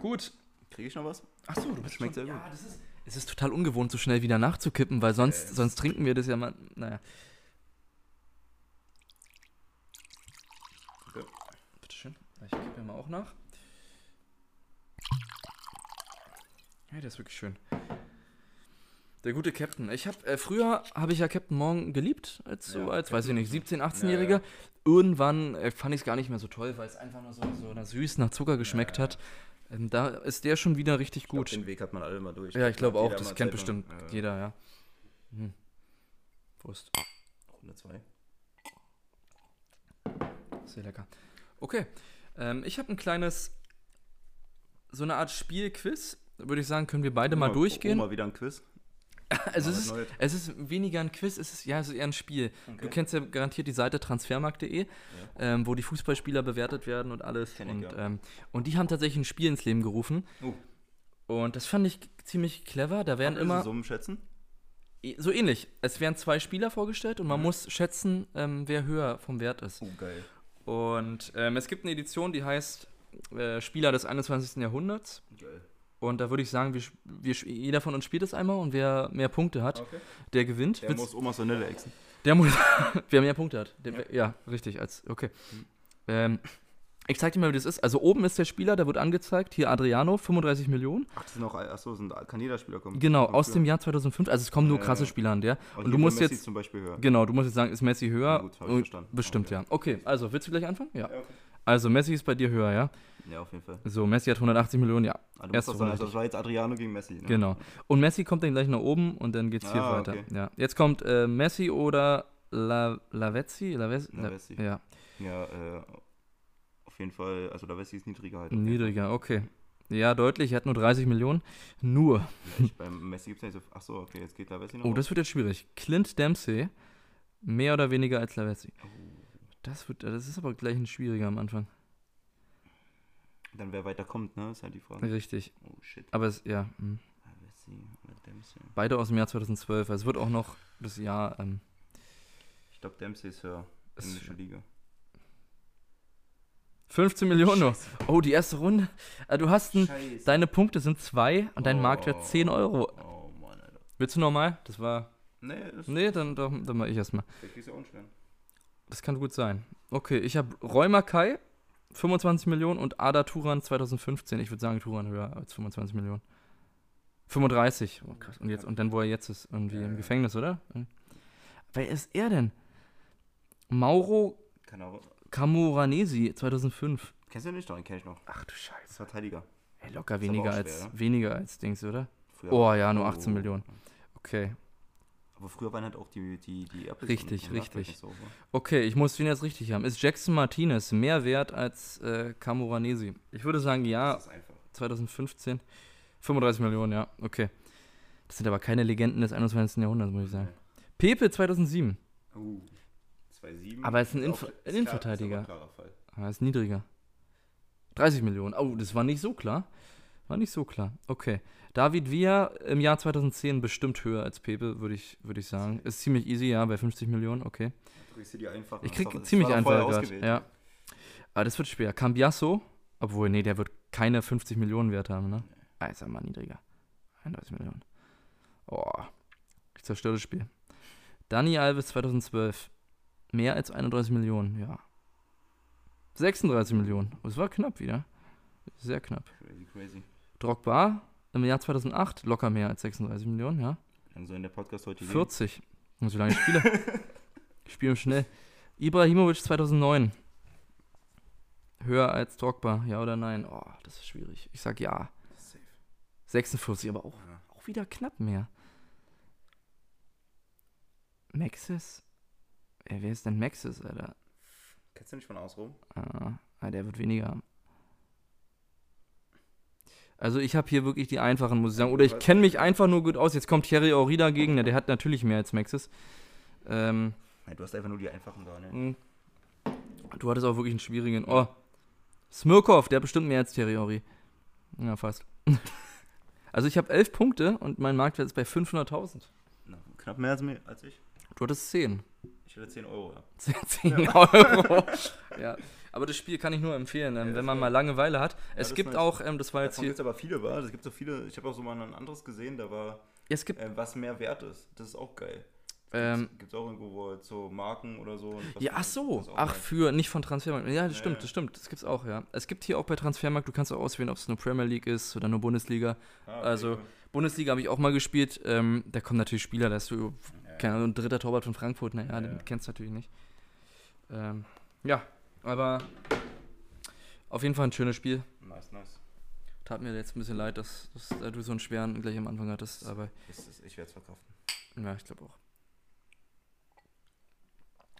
Speaker 3: gut.
Speaker 1: Kriege ich noch was?
Speaker 3: Achso, du bist
Speaker 1: Schmeckt
Speaker 3: schon-
Speaker 1: sehr gut.
Speaker 3: Ja, das ist, es ist total ungewohnt, so schnell wieder nachzukippen, weil sonst,
Speaker 1: Äh.
Speaker 3: sonst trinken wir das ja mal. Naja.
Speaker 1: Okay.
Speaker 3: Bitteschön. Ich kippe mir mal auch nach. Hey, der ist wirklich schön. Der gute Captain. Ich habe äh, früher habe ich ja Captain Morgan geliebt, als so
Speaker 1: Ja,
Speaker 3: als weiß ich nicht 17, 18-Jähriger.
Speaker 1: Ja,
Speaker 3: Irgendwann äh, fand ich es gar nicht mehr so toll, weil es einfach nur so, so nach süß nach Zucker geschmeckt
Speaker 1: Ja, ja.
Speaker 3: hat. Ähm, da ist der schon wieder richtig
Speaker 1: Ich glaub,
Speaker 3: gut.
Speaker 1: Den Weg hat man alle mal durch.
Speaker 3: ja, ich glaube auch,
Speaker 1: Jeder
Speaker 3: das
Speaker 1: mal
Speaker 3: kennt
Speaker 1: Zeit lang.
Speaker 3: bestimmt jeder, ja. Hm. Prost.
Speaker 1: Ja, Runde 2.
Speaker 3: Sehr lecker. Okay. Ähm, ich habe ein kleines, so eine Art Spielquiz. Würde ich sagen, können wir beide mal durchgehen.
Speaker 1: Mal wieder ein Quiz.
Speaker 3: Also es ist,
Speaker 1: Erneut.
Speaker 3: es ist weniger ein Quiz, es ist ja es ist eher ein Spiel. Du
Speaker 1: Okay.
Speaker 3: kennst ja garantiert die Seite transfermarkt.de, ähm, wo die Fußballspieler bewertet werden und alles.
Speaker 1: Kenn ich,
Speaker 3: und,
Speaker 1: ja.
Speaker 3: ähm, und die haben tatsächlich ein Spiel ins Leben gerufen.
Speaker 1: Oh.
Speaker 3: Und das fand ich ziemlich clever. Da werden immer
Speaker 1: Summen schätzen?
Speaker 3: eh- so ähnlich. Es werden zwei Spieler vorgestellt und man muss schätzen, ähm, wer höher vom Wert ist.
Speaker 1: Oh, geil.
Speaker 3: Und ähm, es gibt eine Edition, die heißt äh, Spieler des 21. Jahrhunderts.
Speaker 1: Geil.
Speaker 3: Und da würde ich sagen, wir, sch- wir, sch- jeder von uns spielt es einmal und wer mehr Punkte hat,
Speaker 1: Okay.
Speaker 3: der gewinnt.
Speaker 1: Der
Speaker 3: Willst-
Speaker 1: muss Omas Vanille exen.
Speaker 3: der muss. Wer mehr Punkte hat. Der, ja. richtig. Als, okay. Ähm, ich zeig dir mal, wie das ist. Also oben ist der Spieler, der wird angezeigt. Hier Adriano, 35 Millionen.
Speaker 1: Ach, das sind auch, achso, sind, kann jeder Spieler kommen.
Speaker 3: Genau,
Speaker 1: Okay.
Speaker 3: aus dem Jahr 2005. Also es kommen nur
Speaker 1: Ja,
Speaker 3: krasse
Speaker 1: ja.
Speaker 3: Spieler an der.
Speaker 1: Und,
Speaker 3: Und du
Speaker 1: hier
Speaker 3: musst
Speaker 1: will Messi
Speaker 3: jetzt.
Speaker 1: zum Beispiel hören.
Speaker 3: Genau, du musst jetzt sagen, ist Messi höher?
Speaker 1: Na gut, hab ich
Speaker 3: Und-
Speaker 1: verstanden.
Speaker 3: Bestimmt,
Speaker 1: Okay.
Speaker 3: ja. Okay, also willst du gleich anfangen? Ja.
Speaker 1: Ja, okay.
Speaker 3: Also Messi ist bei dir höher, ja?
Speaker 1: ja, auf jeden Fall.
Speaker 3: So, Messi hat 180 Millionen, ja.
Speaker 1: Ah, du musst
Speaker 3: Erste
Speaker 1: auch sagen,
Speaker 3: Runde.
Speaker 1: das war jetzt Adriano gegen Messi. Ne?
Speaker 3: Genau. Und Messi kommt dann gleich nach oben und dann geht's hier
Speaker 1: Ah,
Speaker 3: weiter.
Speaker 1: okay.
Speaker 3: Ja. Jetzt kommt äh, Messi oder La Lavezzi? Lavezzi?
Speaker 1: Lavezzi.
Speaker 3: Ja.
Speaker 1: Ja, äh, auf jeden Fall, also da Messi ist niedriger halt.
Speaker 3: Niedriger, okay. Ja, deutlich, er hat nur 30 Millionen. Nur.
Speaker 1: Ich, beim Messi gibt es nicht so. Achso, okay, jetzt geht da Messi noch.
Speaker 3: Oh,
Speaker 1: auf.
Speaker 3: das wird jetzt schwierig. Clint Dempsey, mehr oder weniger als Lavezzi.
Speaker 1: Oh.
Speaker 3: Das, wird, das ist aber gleich ein schwieriger am Anfang.
Speaker 1: Dann wer weiterkommt, ne? Ist halt die Frage.
Speaker 3: Richtig.
Speaker 1: Oh shit.
Speaker 3: Aber es, ja, hm.
Speaker 1: Ah, Messi oder Dempsey.
Speaker 3: beide aus dem Jahr 2012. Also es wird auch noch das Jahr. Ähm,
Speaker 1: Ich glaube, Dempsey ist höher.
Speaker 3: Ist-
Speaker 1: Englische Liga.
Speaker 3: 15 Millionen nur. Oh, die erste Runde. Äh, Du hast ein,
Speaker 1: Scheiße.
Speaker 3: deine Punkte sind zwei und dein Marktwert 10 Euro.
Speaker 1: Oh Mann, Alter.
Speaker 3: Willst du nochmal? Das war.
Speaker 1: Nee, das
Speaker 3: Nee, dann, dann, dann mal ich erstmal.
Speaker 1: der kriegst du auch schwer.
Speaker 3: Das kann gut sein. Okay, ich habe Rheuma Kai, 25 Millionen und Ada Turan 2015. Ich würde sagen, Turan höher als 25 Millionen. 35. Oh, krass. Und, jetzt, und dann, wo er jetzt ist, irgendwie
Speaker 1: Ja, ja.
Speaker 3: im Gefängnis, oder? Ja. Wer ist er denn? Mauro
Speaker 1: Kann auch.
Speaker 3: Camoranesi, 2005.
Speaker 1: Kennst du den nicht? Doch, Den kenn ich noch.
Speaker 3: Ach du
Speaker 1: Das
Speaker 3: Scheiße.
Speaker 1: ist Verteidiger.
Speaker 3: Ey, locker
Speaker 1: aber auch
Speaker 3: weniger
Speaker 1: schwer,
Speaker 3: als,
Speaker 1: ne?
Speaker 3: weniger als Dings, oder?
Speaker 1: Früher
Speaker 3: Oh ja, nur 18
Speaker 1: Oh.
Speaker 3: Millionen. Okay.
Speaker 1: Aber früher waren halt auch die, die, die Apples
Speaker 3: Richtig,
Speaker 1: und- und Nachwelt
Speaker 3: richtig.
Speaker 1: nicht So, hoch, ne?
Speaker 3: Okay, ich muss den jetzt richtig haben. Ist Jackson Martinez mehr wert als äh, Camoranesi? Ich würde sagen, ja.
Speaker 1: Das ist einfach.
Speaker 3: 2015. 35 Millionen, ja, okay. Das sind aber keine Legenden des 21. Jahrhunderts, muss ich sagen. Pepe 2007.
Speaker 1: Uh. 2-7.
Speaker 3: Aber es ist ein
Speaker 1: Ist
Speaker 3: Inf-
Speaker 1: auch-
Speaker 3: ein
Speaker 1: ist klar-
Speaker 3: Innenverteidiger.
Speaker 1: Ist aber ein klarer Fall.
Speaker 3: Ah, ist niedriger. 30 Millionen. Oh, das war nicht so klar. War nicht so klar. Okay. David Villa im Jahr 2010 bestimmt höher als Pepe, würde ich, würde ich sagen. Ist ziemlich easy, ja, bei 50 Millionen, okay.
Speaker 1: Du kriegst hier die einfachen.
Speaker 3: Ich
Speaker 1: Das
Speaker 3: krieg
Speaker 1: ist doch- das
Speaker 3: ziemlich
Speaker 1: war doch
Speaker 3: einfach
Speaker 1: vorher
Speaker 3: gerade.
Speaker 1: ausgewählt.
Speaker 3: Ja. Aber das wird schwer. Cambiasso, obwohl, nee, der wird keine 50 Millionen wert haben, ne? Ah, ist ja mal niedriger. 31 Millionen. Oh, ich zerstöre das Spiel. Dani Alves 2012. Mehr als 31 Millionen, ja. 36 Millionen. Es war knapp wieder. Sehr knapp.
Speaker 1: Crazy, crazy.
Speaker 3: Drogba im Jahr 2008 locker mehr als 36 Millionen, ja.
Speaker 1: Dann soll in der Podcast heute gehen.
Speaker 3: 40. Und so lange ich spiele. ich spiele schnell. Ibrahimovic 2009. Höher als Drogba, ja oder nein? Oh, das ist schwierig. Ich sag ja.
Speaker 1: Safe.
Speaker 3: 46, aber auch,
Speaker 1: Ja.
Speaker 3: auch wieder knapp mehr. Maxis? Ey, wer ist denn Maxis, Alter?
Speaker 1: Kennst du nicht von ausruhen?
Speaker 3: Ah, ah, der wird weniger haben. Also ich habe hier wirklich die einfachen, muss ich sagen. Oder ich kenne mich einfach nur gut aus. Jetzt kommt Thierry Henry dagegen. Ja, der hat natürlich mehr als Maxis. Ähm,
Speaker 1: Nein, du hast einfach nur die einfachen da, ne?
Speaker 3: mh. Hm. du hattest auch wirklich einen schwierigen. Oh, Smirkov, der hat bestimmt mehr als Thierry Henry. Ja, fast. Also ich habe elf Punkte und mein Marktwert ist bei 500.000.
Speaker 1: Na, knapp mehr als, mir, als ich.
Speaker 3: Du hattest 10.
Speaker 1: Ich hätte 10 Euro, ja.
Speaker 3: 10 Euro. ja. Aber das Spiel kann ich nur empfehlen, ähm,
Speaker 1: Ja,
Speaker 3: wenn
Speaker 1: das
Speaker 3: man
Speaker 1: war-
Speaker 3: mal Langeweile hat.
Speaker 1: das
Speaker 3: Es
Speaker 1: war
Speaker 3: gibt
Speaker 1: jetzt-
Speaker 3: auch, ähm, das war jetzt
Speaker 1: Davon
Speaker 3: hier,
Speaker 1: gibt es aber viele, war. Es gibt so viele. Ich habe auch so mal ein anderes gesehen, da war,
Speaker 3: es gibt
Speaker 1: äh, was mehr wert ist. Das ist auch geil.
Speaker 3: Ähm,
Speaker 1: Gibt es auch irgendwo wo halt so Marken oder so? und was
Speaker 3: ja,
Speaker 1: mehr
Speaker 3: ach
Speaker 1: ist.
Speaker 3: so.
Speaker 1: Das ist auch
Speaker 3: Ach,
Speaker 1: geil.
Speaker 3: für, nicht von Transfermarkt. Ja, das
Speaker 1: Ja,
Speaker 3: stimmt,
Speaker 1: ja.
Speaker 3: das stimmt. Das gibt's auch, ja. Es gibt hier auch bei Transfermarkt, du kannst auch auswählen, ob es nur Premier League ist oder nur Bundesliga.
Speaker 1: Ah,
Speaker 3: also-
Speaker 1: cool.
Speaker 3: Bundesliga habe ich auch mal gespielt. Ähm, da kommen natürlich Spieler, da hast du,
Speaker 1: Ja,
Speaker 3: keine Ahnung, ein dritter Torwart von Frankfurt. Naja,
Speaker 1: Ja,
Speaker 3: den
Speaker 1: ja.
Speaker 3: kennst du natürlich nicht. Ähm, ja, aber auf jeden Fall ein schönes Spiel.
Speaker 1: Nice, nice.
Speaker 3: Tat mir jetzt ein bisschen leid, dass, dass äh, du so einen schweren gleich am Anfang hattest, aber
Speaker 1: Ist, ist, ich werde es verkaufen.
Speaker 3: ja, ich glaube auch.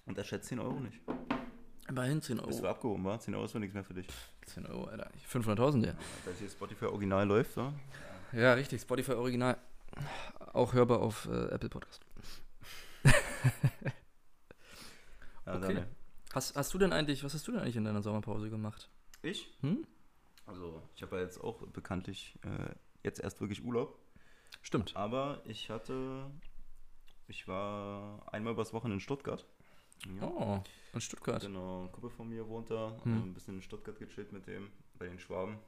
Speaker 1: Unterschätzt 10 Euro nicht.
Speaker 3: Immerhin 10
Speaker 1: Bist du
Speaker 3: Euro.
Speaker 1: abgehoben, war? 10 Euro ist für nichts mehr für dich.
Speaker 3: 10 Euro, Alter. 500.000, ja.
Speaker 1: Als hier Spotify original läuft, so.
Speaker 3: Ja, richtig, Spotify Original. Auch hörbar auf äh, Apple Podcast.
Speaker 1: Ja,
Speaker 3: Okay.
Speaker 1: Daniel.
Speaker 3: Hast, hast du denn eigentlich, was hast du denn eigentlich in deiner Sommerpause gemacht?
Speaker 1: Ich?
Speaker 3: Hm?
Speaker 1: Also, ich habe ja jetzt auch bekanntlich äh, jetzt erst wirklich Urlaub.
Speaker 3: Stimmt.
Speaker 1: Aber ich hatte. Ich war einmal übers Wochenende in Stuttgart. Ja.
Speaker 3: Oh, in Stuttgart.
Speaker 1: Genau, ein Kumpel von mir wohnt da.
Speaker 3: Hm.
Speaker 1: Haben Ein bisschen in Stuttgart gechillt mit dem, bei den Schwaben.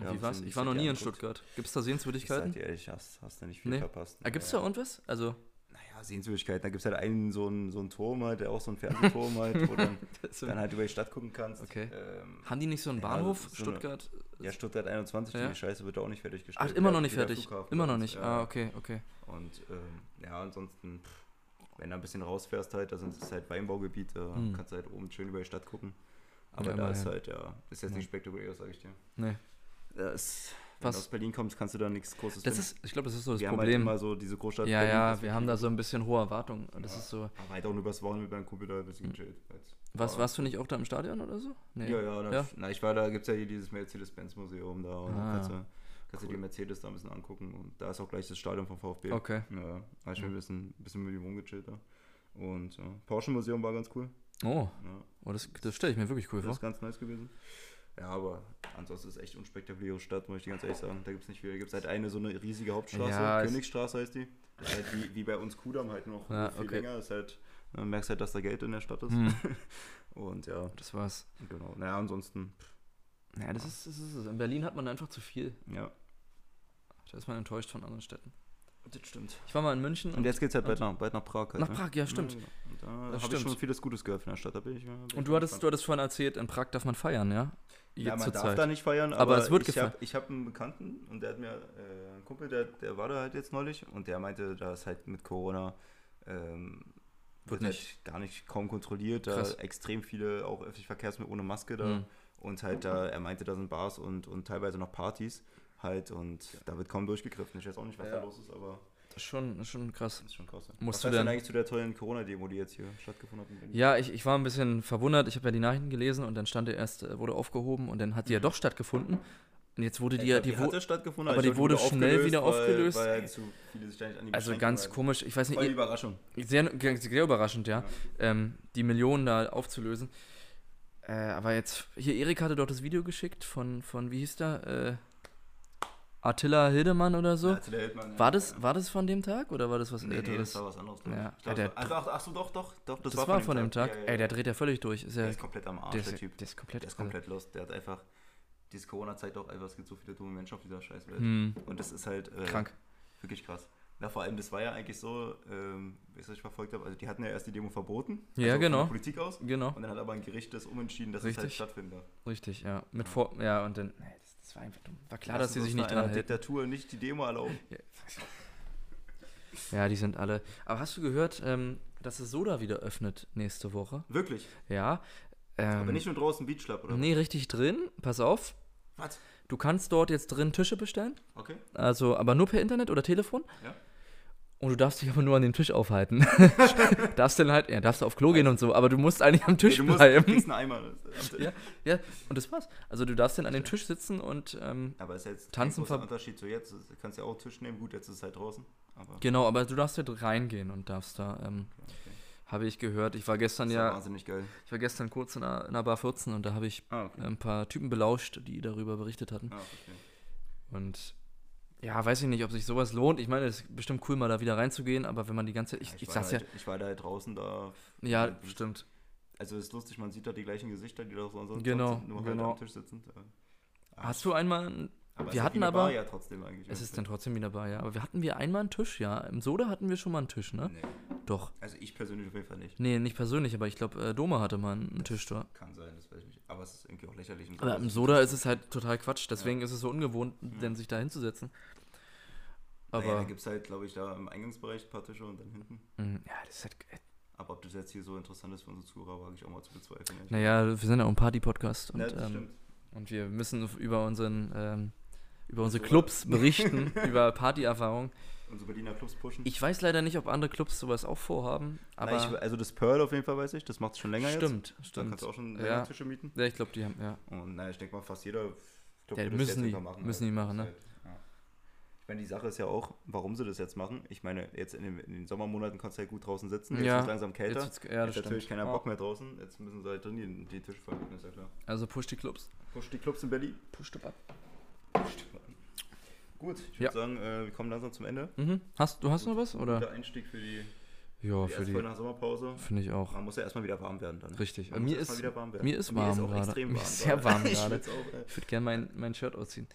Speaker 1: Ja,
Speaker 3: Wie
Speaker 1: ein
Speaker 3: war's?
Speaker 1: bisschen
Speaker 3: Ich war noch
Speaker 1: die
Speaker 3: nie in
Speaker 1: angeguckt.
Speaker 3: Stuttgart. Gibt es da
Speaker 1: Ich sag
Speaker 3: Sehenswürdigkeiten?
Speaker 1: dir ehrlich, hast, hast du nicht viel
Speaker 3: Nee.
Speaker 1: verpasst.
Speaker 3: Ah, Gibt es da
Speaker 1: Naja.
Speaker 3: irgendwas? Also,
Speaker 1: Naja, Sehenswürdigkeiten. Da gibt es halt einen so, einen so einen Turm halt, der auch so einen Fernsehturm halt, wo du dann, dann halt über die Stadt gucken kannst.
Speaker 3: Okay.
Speaker 1: Ähm,
Speaker 3: haben die nicht so einen
Speaker 1: Ja,
Speaker 3: Bahnhof?
Speaker 1: so eine-
Speaker 3: Stuttgart?
Speaker 1: ja, Stuttgart 21,
Speaker 3: Ja.
Speaker 1: die Scheiße wird da auch nicht fertiggestellt.
Speaker 3: Ach, immer
Speaker 1: Wie
Speaker 3: noch
Speaker 1: der-
Speaker 3: nicht
Speaker 1: wie der
Speaker 3: fertig.
Speaker 1: Flughafen
Speaker 3: Immer
Speaker 1: bei
Speaker 3: noch
Speaker 1: uns,
Speaker 3: nicht.
Speaker 1: ja.
Speaker 3: Ah, okay, okay.
Speaker 1: Und ähm, ja, ansonsten, pff, wenn du ein bisschen rausfährst halt, da sind es halt Weinbaugebiete,
Speaker 3: Hm.
Speaker 1: kannst halt oben schön über die Stadt gucken. Aber
Speaker 3: Ja,
Speaker 1: da
Speaker 3: aber
Speaker 1: ist
Speaker 3: ja.
Speaker 1: halt, ja, ist jetzt
Speaker 3: Ja.
Speaker 1: nicht spektakulär, sag ich dir.
Speaker 3: Nee.
Speaker 1: Da ist, wenn
Speaker 3: Was-
Speaker 1: du aus Berlin kommst, kannst du da nichts Großes
Speaker 3: Das
Speaker 1: finden.
Speaker 3: ist, ich glaube, das ist so das
Speaker 1: wir haben halt
Speaker 3: Problem.
Speaker 1: immer so diese Großstadt
Speaker 3: ja,
Speaker 1: Berlin,
Speaker 3: ja,
Speaker 1: das-
Speaker 3: wir haben da so ein bisschen hohe Erwartungen. Das
Speaker 1: Ja.
Speaker 3: ist so.
Speaker 1: Aber halt auch nur übers Wochenende mit meinem Kumpel da ein bisschen gechillt. Jetzt.
Speaker 3: Hm. Was,
Speaker 1: Aber-
Speaker 3: warst du nicht auch da im Stadion oder so? Nee.
Speaker 1: Ja, ja, da,
Speaker 3: Ja.
Speaker 1: Na, ich war da, gibt es ja hier dieses Mercedes-Benz-Museum da und
Speaker 3: Ah,
Speaker 1: da kannst du, kannst du
Speaker 3: cool.
Speaker 1: die Mercedes da ein bisschen angucken und da ist auch gleich das Stadion vom VfB.
Speaker 3: Okay.
Speaker 1: Ja, da ich bin
Speaker 3: Mhm.
Speaker 1: ein bisschen, bisschen mit ihm rumgechillt da. Und ja, Porsche-Museum war ganz cool.
Speaker 3: Oh,
Speaker 1: Ja,
Speaker 3: oh das, das stelle ich mir wirklich cool
Speaker 1: das
Speaker 3: vor.
Speaker 1: ist ganz nice gewesen. Ja, aber ansonsten ist echt unspektakuläre Stadt, muss ich dir ganz ehrlich sagen. Da gibt es nicht viel. Da gibt es halt eine so eine riesige Hauptstraße,
Speaker 3: Ja, es-
Speaker 1: Königsstraße heißt die. Das ist halt wie, wie bei uns Kudamm halt noch
Speaker 3: Ja,
Speaker 1: viel
Speaker 3: okay.
Speaker 1: länger. Ist halt, du merkst halt, dass da Geld in der Stadt ist.
Speaker 3: Hm.
Speaker 1: Und ja,
Speaker 3: Das war's.
Speaker 1: genau. Naja, ansonsten,
Speaker 3: Ja, das ist, das ist es. In Berlin hat man einfach zu viel.
Speaker 1: ja,
Speaker 3: Da ist man enttäuscht von anderen Städten.
Speaker 1: das stimmt.
Speaker 3: Ich war mal in München und,
Speaker 1: Und jetzt geht's halt bald
Speaker 3: und-
Speaker 1: nach, bald nach Prag. Halt,
Speaker 3: nach
Speaker 1: ne?
Speaker 3: Prag, ja, stimmt.
Speaker 1: Ja, genau. Und da
Speaker 3: Das
Speaker 1: habe ich
Speaker 3: stimmt.
Speaker 1: schon vieles Gutes gehört von der Stadt. Da bin ich, ja, bin ich
Speaker 3: Und du hattest, du
Speaker 1: gespannt.
Speaker 3: hattest vorhin erzählt, in Prag darf man feiern, ja? Jetzt
Speaker 1: ja, man
Speaker 3: zur
Speaker 1: darf
Speaker 3: Zeit.
Speaker 1: da nicht feiern,
Speaker 3: Aber
Speaker 1: aber,
Speaker 3: es wird
Speaker 1: ich
Speaker 3: gefeiert.
Speaker 1: habe hab einen Bekannten und der hat mir äh, einen Kumpel, der, der war da halt jetzt neulich und der meinte, da ist halt mit Corona ähm,
Speaker 3: Wird
Speaker 1: wird
Speaker 3: nicht.
Speaker 1: halt gar nicht kaum kontrolliert, da
Speaker 3: Krass.
Speaker 1: extrem viele auch öffentlich Verkehrsmittel ohne Maske da
Speaker 3: Mhm.
Speaker 1: und halt da, er meinte, da sind Bars und, und teilweise noch Partys halt und da wird kaum durchgegriffen. Ich weiß auch nicht, was
Speaker 3: Ja.
Speaker 1: da los ist, aber
Speaker 3: Das ist schon, ist schon krass.
Speaker 1: das ist schon krass.
Speaker 3: Musst
Speaker 1: was
Speaker 3: du
Speaker 1: sagst
Speaker 3: denn-
Speaker 1: eigentlich zu der tollen Corona-Demo, die jetzt hier stattgefunden hat? in Berlin?
Speaker 3: Ja, ich, ich war ein bisschen verwundert. Ich habe ja die Nachrichten gelesen und dann stand ja erst, äh, wurde aufgehoben und dann hat die ja doch stattgefunden. Und jetzt wurde die ja,
Speaker 1: Mhm. Ja,
Speaker 3: die, wo,
Speaker 1: hatte stattgefunden,
Speaker 3: aber die
Speaker 1: glaub,
Speaker 3: wurde schnell wieder aufgelöst.
Speaker 1: Weil, weil zu viele sich da nicht an die
Speaker 3: also
Speaker 1: Beschränkungen
Speaker 3: ganz
Speaker 1: halten.
Speaker 3: komisch. Ich weiß nicht,
Speaker 1: Voll die
Speaker 3: Ne, ihr-
Speaker 1: Überraschung.
Speaker 3: sehr, sehr überraschend, ja, Ähm, die Millionen da aufzulösen. Äh, aber jetzt, hier, Erik hatte doch das Video geschickt von, von wie hieß der? Äh, Attila Hildemann oder so.
Speaker 1: Ja, zu der Hildmann, ja.
Speaker 3: War das, war das von dem Tag oder war das was
Speaker 1: Nee, nee,
Speaker 3: älteres?
Speaker 1: das war was anderes. glaub
Speaker 3: Ja.
Speaker 1: ich. Ich glaub,
Speaker 3: Ja,
Speaker 1: das war- ach, ach, ach so, doch, doch, doch. Das,
Speaker 3: das, war, von dem Tag.
Speaker 1: Ja, ja,
Speaker 3: Ey,
Speaker 1: ja.
Speaker 3: der dreht ja völlig durch. Ist ja,
Speaker 1: der ist komplett am Arsch,
Speaker 3: der
Speaker 1: der,
Speaker 3: ist-
Speaker 1: Typ.
Speaker 3: der ist komplett-
Speaker 1: Der ist komplett lost. Der hat einfach diese Corona-Zeit auch einfach, es gibt so viele dumme Menschen auf dieser Scheißwelt.
Speaker 3: Hm,
Speaker 1: Und das ist halt äh,
Speaker 3: krank.
Speaker 1: wirklich krass. Na, vor allem, das war ja eigentlich so, ähm, wie ich es verfolgt habe, also die hatten ja erst die Demo verboten.
Speaker 3: Ja,
Speaker 1: also
Speaker 3: genau.
Speaker 1: Von der Politik aus.
Speaker 3: Genau.
Speaker 1: Und dann hat aber ein Gericht das umentschieden, dass es halt
Speaker 3: Richtig.
Speaker 1: stattfinden darf.
Speaker 3: Richtig, ja. Mit vor ja, und dann. Nee, das, das war einfach dumm. War klar, dass sie sich nicht
Speaker 1: Also in einer
Speaker 3: dran hält.
Speaker 1: Diktatur nicht die Demo erlauben.
Speaker 3: Ja, die sind alle. Aber hast du gehört, ähm, dass es Soda wieder öffnet nächste Woche?
Speaker 1: Wirklich.
Speaker 3: Ja. Ähm,
Speaker 1: Aber nicht nur draußen Beachclub, oder?
Speaker 3: Nee, richtig drin. Pass auf.
Speaker 1: Was?
Speaker 3: Du kannst dort jetzt drin Tische bestellen.
Speaker 1: Okay.
Speaker 3: Also, aber nur per Internet oder Telefon.
Speaker 1: Ja.
Speaker 3: Und du darfst dich aber nur an dem Tisch aufhalten. darfst dann halt, ja, darfst du auf Klo gehen und so, aber du musst eigentlich am Tisch
Speaker 1: Also du musst, du
Speaker 3: bleiben.
Speaker 1: kriegst einen Eimer.
Speaker 3: Ja, ja, und das war's. Also du darfst dann an den Tisch sitzen und ähm,
Speaker 1: Aber ist ja jetzt
Speaker 3: Tanzen
Speaker 1: kein großer
Speaker 3: ver-
Speaker 1: Unterschied zu jetzt. Du kannst ja auch einen Tisch nehmen. Gut, jetzt ist es halt draußen. Aber
Speaker 3: genau, aber du darfst halt reingehen und darfst da, ähm,
Speaker 1: okay.
Speaker 3: habe ich gehört. Ich war gestern
Speaker 1: ist ja
Speaker 3: ja,
Speaker 1: wahnsinnig geil.
Speaker 3: ich war gestern kurz in einer, in einer Bar 14 und da habe ich
Speaker 1: Ah, okay.
Speaker 3: ein paar Typen belauscht, die darüber berichtet hatten.
Speaker 1: Ah, okay.
Speaker 3: Und ja, weiß ich nicht, ob sich sowas lohnt. Ich meine, es ist bestimmt cool, mal da wieder reinzugehen, aber wenn man die ganze Zeit. Ich,
Speaker 1: Ja,
Speaker 3: ich,
Speaker 1: war
Speaker 3: saß
Speaker 1: da
Speaker 3: ja.
Speaker 1: halt, ich war da halt draußen da.
Speaker 3: Ja,
Speaker 1: Ja,
Speaker 3: stimmt.
Speaker 1: Also ist lustig, man sieht da die gleichen Gesichter, die da auch sonst
Speaker 3: Genau,
Speaker 1: sind, nur
Speaker 3: genau.
Speaker 1: halt am Tisch sitzen. Ja.
Speaker 3: Hast du einmal.
Speaker 1: Aber es
Speaker 3: wir
Speaker 1: ist
Speaker 3: hatten
Speaker 1: wie eine Bar
Speaker 3: aber.
Speaker 1: ja trotzdem eigentlich.
Speaker 3: es ist dann trotzdem wieder Bar, ja. Aber wir hatten wir einmal einen Tisch, ja. Im Soda hatten wir schon mal einen Tisch, ne?
Speaker 1: Nee.
Speaker 3: Doch.
Speaker 1: Also ich persönlich auf jeden Fall nicht.
Speaker 3: Nee, nicht persönlich, aber ich glaube, äh, Doma hatte mal einen Tisch da.
Speaker 1: Kann sein, das weiß ich nicht. Aber es ist irgendwie auch lächerlich. im
Speaker 3: Aber
Speaker 1: Sommer.
Speaker 3: im Soda ist es halt total Quatsch, deswegen ist es so ungewohnt, denn sich da hinzusetzen.
Speaker 1: Mhm. naja,
Speaker 3: Aber.
Speaker 1: da gibt es halt, glaube ich, da im Eingangsbereich ein paar Tische und dann hinten.
Speaker 3: mh, ja, das ist halt.
Speaker 1: Aber ob das jetzt hier so interessant ist für unsere Zuhörer, wage ich auch mal zu bezweifeln. ehrlich
Speaker 3: Naja, wir sind ja auch ein
Speaker 1: gesagt.
Speaker 3: Party-Podcast. und,
Speaker 1: ja, das
Speaker 3: ähm,
Speaker 1: stimmt.
Speaker 3: Und wir müssen über unseren, ähm, über unsere
Speaker 1: So.
Speaker 3: Clubs berichten, über Partyerfahrungen.
Speaker 1: Unsere Berliner Clubs pushen.
Speaker 3: Ich weiß leider nicht, ob andere Clubs sowas auch vorhaben, aber
Speaker 1: Na, ich, also das Pearl auf jeden Fall weiß ich, das macht schon länger jetzt.
Speaker 3: stimmt,
Speaker 1: Da
Speaker 3: stimmt.
Speaker 1: kannst du auch schon länger
Speaker 3: ja,
Speaker 1: Tische mieten.
Speaker 3: ja, ich glaube, die haben, ja.
Speaker 1: Und naja, ich denke mal, fast jeder Club
Speaker 3: Ja,
Speaker 1: wird
Speaker 3: müssen die-
Speaker 1: sogar
Speaker 3: müssen die machen, ne?
Speaker 1: das ist Halt, ja. Ich meine, die Sache ist ja auch, warum sie das jetzt machen. Ich meine, jetzt in den, in den Sommermonaten kannst du halt gut draußen sitzen, jetzt
Speaker 3: Ja,
Speaker 1: wird langsam kälter. Jetzt
Speaker 3: Jetzt wird's- ja, das
Speaker 1: hat natürlich
Speaker 3: stimmt.
Speaker 1: keiner
Speaker 3: Ja.
Speaker 1: Bock mehr draußen, jetzt müssen sie halt drin die, die Tische vermieten, ist ja klar.
Speaker 3: Also push die Clubs.
Speaker 1: Push die Clubs in Berlin.
Speaker 3: Push die ab.
Speaker 1: Gut, ich würde
Speaker 3: Ja.
Speaker 1: sagen, äh, wir kommen langsam zum Ende.
Speaker 3: Mhm. Hast, du hast noch was,
Speaker 1: Guter
Speaker 3: oder?
Speaker 1: Einstieg für die,
Speaker 3: Ja,
Speaker 1: die
Speaker 3: für
Speaker 1: erste
Speaker 3: die,
Speaker 1: Folge nach Sommerpause.
Speaker 3: finde ich auch.
Speaker 1: Man muss ja erstmal wieder warm werden dann.
Speaker 3: Richtig.
Speaker 1: Man muss
Speaker 3: mir
Speaker 1: erst mal
Speaker 3: ist,
Speaker 1: wieder warm werden.
Speaker 3: mir ist
Speaker 1: Und mir
Speaker 3: warm
Speaker 1: auch
Speaker 3: gerade.
Speaker 1: extrem
Speaker 3: Mir
Speaker 1: warm
Speaker 3: ist sehr warm
Speaker 1: ich
Speaker 3: gerade.
Speaker 1: schwitze auch, äh, ey.
Speaker 3: Ich würde gerne mein, mein Shirt ausziehen.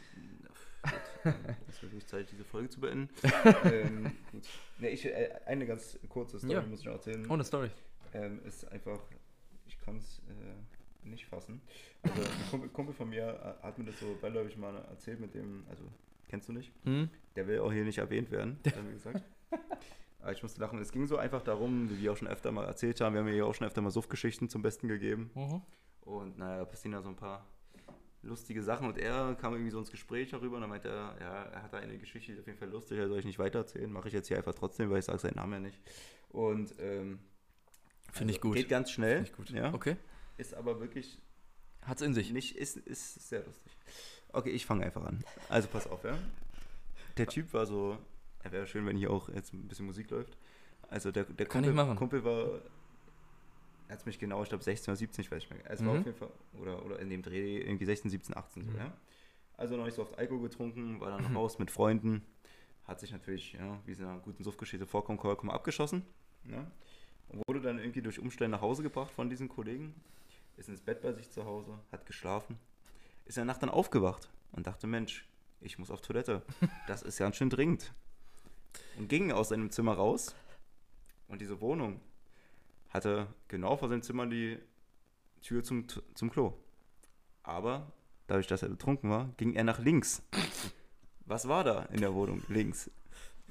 Speaker 1: Es wird wirklich Zeit, diese Folge zu beenden. ähm, gut. Nee, ich, äh, eine ganz kurze Story
Speaker 3: Ja.
Speaker 1: muss ich noch erzählen.
Speaker 3: Oh, eine Story.
Speaker 1: Ähm, ist einfach, ich kann es äh, nicht fassen. Also, ein Kumpel, Kumpel von mir äh, hat mir das so beiläufig mal erzählt mit dem, also, kennst du nicht?
Speaker 3: Mhm.
Speaker 1: Der will auch hier nicht erwähnt werden, hat er mir gesagt. Aber ich musste lachen. Es ging so einfach darum, wie wir auch schon öfter mal erzählt haben. Wir haben ja auch schon öfter mal Suff-Geschichten zum Besten gegeben.
Speaker 3: Mhm.
Speaker 1: Und naja, passieren da so ein paar lustige Sachen. Und er kam irgendwie so ins Gespräch darüber und dann meinte er, ja, er hat da eine Geschichte, die ist auf jeden Fall lustig, also soll ich nicht weitererzählen. Mache ich jetzt hier einfach trotzdem, weil ich sage seinen Namen ja nicht. Und ähm, also
Speaker 3: Finde ich gut.
Speaker 1: geht ganz schnell.
Speaker 3: Finde ich gut.
Speaker 1: Ja,
Speaker 3: Okay.
Speaker 1: Ist aber wirklich
Speaker 3: Hat's in sich.
Speaker 1: nicht, ist, ist sehr lustig. Okay, ich fange einfach an. Also pass auf, ja. Der Typ war so, ja, wäre schön, wenn hier auch jetzt ein bisschen Musik läuft. Also der, der
Speaker 3: Kann ich
Speaker 1: Kumpel,
Speaker 3: machen.
Speaker 1: Kumpel war, er hat mich genau, ich glaube 16 oder 17, ich weiß nicht mehr. Es war
Speaker 3: Mhm.
Speaker 1: auf jeden Fall, oder, oder in dem Dreh irgendwie 16, 17, 18 so,
Speaker 3: Mhm.
Speaker 1: ja. Also noch nicht so oft Alkohol getrunken, war dann raus mit Freunden, hat sich natürlich, ja, wie es in einer guten Suffgeschichte vorkommt, vollkommen abgeschossen. Ja. Und wurde dann irgendwie durch Umstände nach Hause gebracht von diesen Kollegen, ist ins Bett bei sich zu Hause, hat geschlafen, ist in der Nacht dann aufgewacht und dachte, Mensch, ich muss auf Toilette. Das ist ja ganz schön dringend. Und ging aus seinem Zimmer raus und diese Wohnung hatte genau vor seinem Zimmer die Tür zum, T- zum Klo. Aber dadurch, dass er betrunken war, ging er nach links. Was war da in der Wohnung? Links.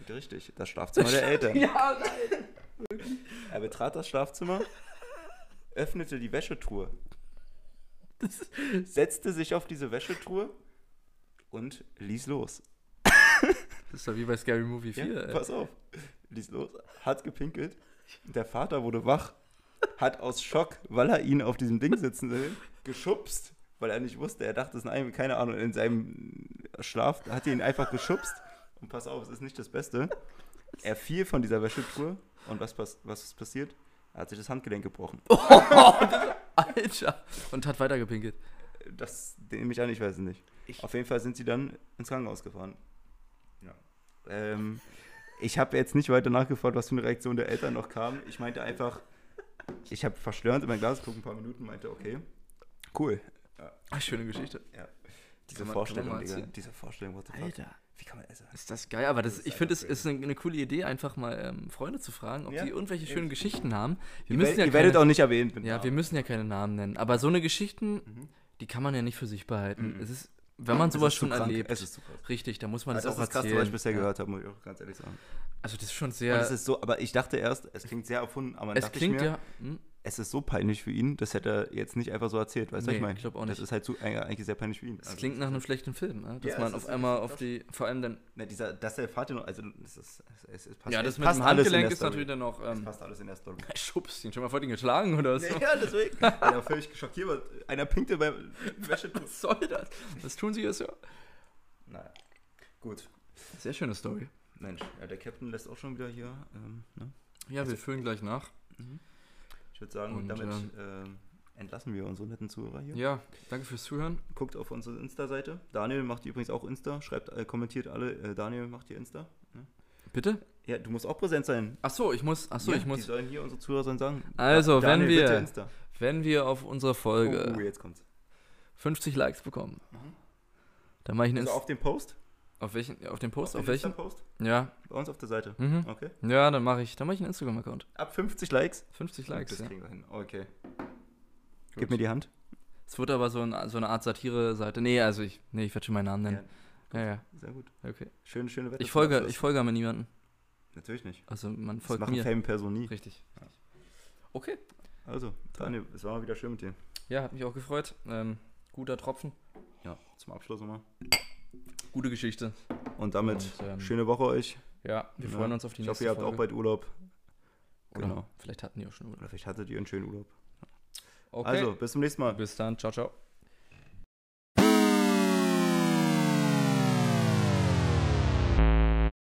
Speaker 1: Richtig, das Schlafzimmer der Eltern.
Speaker 3: Ja, nein.
Speaker 1: Er betrat das Schlafzimmer, öffnete die Wäschetruhe, setzte sich auf diese Wäschetruhe und ließ los.
Speaker 3: Das ist doch wie bei Scary Movie 4.
Speaker 1: Ja,
Speaker 3: ey.
Speaker 1: pass auf. Ließ los, hat gepinkelt. Der Vater wurde wach, hat aus Schock, weil er ihn auf diesem Ding sitzen will, geschubst, weil er nicht wusste. Er dachte, es ist ein, keine Ahnung, in seinem Schlaf hat er ihn einfach geschubst. Und pass auf, es ist nicht das Beste. Er fiel von dieser Wäschetour und was, pass was ist passiert? Er hat sich das Handgelenk gebrochen.
Speaker 3: Alter. Und hat weitergepinkelt.
Speaker 1: Das nehme ich an, ich weiß es nicht.
Speaker 3: Ich-
Speaker 1: Auf jeden Fall sind sie dann ins Krankenhaus gefahren. Ja. Ähm, ich habe jetzt nicht weiter nachgefragt, was für eine Reaktion der Eltern noch kam. Ich meinte einfach, ich habe verstörend in mein Glas geguckt, ein paar Minuten, meinte, okay, cool.
Speaker 3: Ach, schöne Ah, Geschichte.
Speaker 1: Ja. Diese
Speaker 3: kann man- kann
Speaker 1: Vorstellung,
Speaker 3: man mal
Speaker 1: Digga,
Speaker 3: erzählen.
Speaker 1: diese Vorstellung, what the fuck.
Speaker 3: Alter,
Speaker 1: Wie kann man also,
Speaker 3: ist das geil. Aber das,
Speaker 1: Das ist
Speaker 3: ich finde, es
Speaker 1: einfach
Speaker 3: ist eine, eine coole Idee, einfach mal ähm, Freunde zu fragen, ob
Speaker 1: Ja,
Speaker 3: die irgendwelche
Speaker 1: eben.
Speaker 3: schönen Geschichten haben. Wir
Speaker 1: ihr
Speaker 3: müssen
Speaker 1: werdet-
Speaker 3: ja
Speaker 1: ihr werdet
Speaker 3: keine,
Speaker 1: auch nicht erwähnt. mit
Speaker 3: ja, wir
Speaker 1: Namen.
Speaker 3: müssen ja keine Namen nennen. Aber so eine Geschichten,
Speaker 1: Mhm.
Speaker 3: die kann man ja nicht für sich behalten.
Speaker 1: Mhm.
Speaker 3: Es ist, wenn man
Speaker 1: Es ist
Speaker 3: sowas
Speaker 1: zu
Speaker 3: schon
Speaker 1: krank.
Speaker 3: erlebt,
Speaker 1: Es ist zu krass.
Speaker 3: richtig, da muss man
Speaker 1: Also
Speaker 3: das
Speaker 1: das
Speaker 3: auch
Speaker 1: ist krass,
Speaker 3: erzählen.
Speaker 1: was ich bisher
Speaker 3: Ja.
Speaker 1: gehört habe, muss ich auch ganz ehrlich sagen.
Speaker 3: Also das ist schon
Speaker 1: Und
Speaker 3: sehr.
Speaker 1: es ist so, aber ich dachte erst, es klingt sehr erfunden, aber dann
Speaker 3: es
Speaker 1: dachte
Speaker 3: klingt
Speaker 1: ich mir, also
Speaker 3: ja. Hm?
Speaker 1: es ist so peinlich für ihn, das hätte er jetzt nicht einfach so erzählt, weißt du, was
Speaker 3: Nee,
Speaker 1: ich meine?
Speaker 3: ich glaub auch
Speaker 1: Das
Speaker 3: nicht.
Speaker 1: ist halt zu, eigentlich sehr peinlich für ihn.
Speaker 3: Es
Speaker 1: Also,
Speaker 3: klingt nach einem schlechten Film, ne? dass
Speaker 1: Ja,
Speaker 3: man
Speaker 1: es
Speaker 3: auf
Speaker 1: ist- es
Speaker 3: einmal
Speaker 1: ist
Speaker 3: auf die, vor allem dann,
Speaker 1: Na, ne, dieser, dass der Vater noch, also das ist, es, es, es passt,
Speaker 3: ja, das
Speaker 1: es
Speaker 3: mit
Speaker 1: passt
Speaker 3: dem
Speaker 1: alles in
Speaker 3: Handgelenk
Speaker 1: der
Speaker 3: ist natürlich
Speaker 1: Story.
Speaker 3: dann Also- noch,
Speaker 1: Es
Speaker 3: ähm,
Speaker 1: passt alles in der Story.
Speaker 3: schubst ihn, schon mal vor den geschlagen oder so.
Speaker 1: Ja, deswegen. ja, völlig schockiert, weil einer pinkte beim Wäschetuch.
Speaker 3: Was soll das? Was tun sie jetzt ja?
Speaker 1: Naja, gut.
Speaker 3: Sehr schöne Story.
Speaker 1: Mensch, ja, der Captain lässt auch schon wieder hier, ähm, ne?
Speaker 3: Ja, wir füllen gleich nach.
Speaker 1: Ich würde sagen,
Speaker 3: Und,
Speaker 1: damit
Speaker 3: ähm,
Speaker 1: ähm, entlassen wir unseren netten Zuhörer hier.
Speaker 3: Ja, danke fürs Zuhören.
Speaker 1: Guckt auf unsere Insta-Seite. Daniel macht übrigens auch Insta. Schreibt, äh, kommentiert alle. Äh, Daniel macht hier Insta.
Speaker 3: Bitte?
Speaker 1: Ja, du musst auch präsent sein.
Speaker 3: Ach so, ich muss, ach so,
Speaker 1: ja,
Speaker 3: ich
Speaker 1: Die
Speaker 3: muss,
Speaker 1: sollen hier unsere Zuhörer sollen sagen.
Speaker 3: Also,
Speaker 1: Da-
Speaker 3: wenn wir- äh,
Speaker 1: bitte Insta.
Speaker 3: wenn wir auf unserer
Speaker 1: Oh,
Speaker 3: Folge
Speaker 1: oh, jetzt kommt's.
Speaker 3: 50 Likes bekommen, dann mache ich einen
Speaker 1: Also
Speaker 3: Inst-
Speaker 1: auf dem Post?
Speaker 3: auf welchen, auf den Post, auf,
Speaker 1: den
Speaker 3: welchen?
Speaker 1: Insta-Post?
Speaker 3: Ja,
Speaker 1: Bei uns auf der Seite.
Speaker 3: mhm.
Speaker 1: Okay.
Speaker 3: ja, dann mache ich, dann mache ich einen Instagram-Account.
Speaker 1: Ab 50 Likes.
Speaker 3: 50 Likes,
Speaker 1: Das
Speaker 3: ja.
Speaker 1: kriegen wir hin. Okay.
Speaker 3: Gut.
Speaker 1: Gib mir die Hand.
Speaker 3: Es wird aber so, ein, so eine Art Satire-Seite. Nee, also ich, nee, ich werde schon meinen Namen nennen. Ja, ja,
Speaker 1: Sehr gut.
Speaker 3: okay.
Speaker 1: Schöne, schöne Wette.
Speaker 3: Ich
Speaker 1: zum
Speaker 3: folge,
Speaker 1: Abschluss.
Speaker 3: ich folge aber niemanden.
Speaker 1: Natürlich nicht.
Speaker 3: Also man
Speaker 1: Das
Speaker 3: folgt
Speaker 1: machen
Speaker 3: mir.
Speaker 1: Fame-Person nie.
Speaker 3: Richtig. Okay.
Speaker 1: Also, Daniel, es war mal wieder schön mit dir.
Speaker 3: Ja, hat mich auch gefreut. Ähm, guter Tropfen.
Speaker 1: Ja. Zum Abschluss nochmal.
Speaker 3: Gute Geschichte.
Speaker 1: Und damit,
Speaker 3: Und, ähm,
Speaker 1: schöne Woche euch.
Speaker 3: Ja, wir
Speaker 1: Ja.
Speaker 3: freuen uns auf die
Speaker 1: Ich hoffe,
Speaker 3: nächste
Speaker 1: ihr habt
Speaker 3: Folge.
Speaker 1: auch bald Urlaub.
Speaker 3: Oder
Speaker 1: Genau.
Speaker 3: Vielleicht hatten die auch schon Urlaub.
Speaker 1: Oder vielleicht hattet ihr einen schönen Urlaub.
Speaker 3: Okay.
Speaker 1: Also, bis zum nächsten Mal.
Speaker 3: bis dann. Ciao, ciao.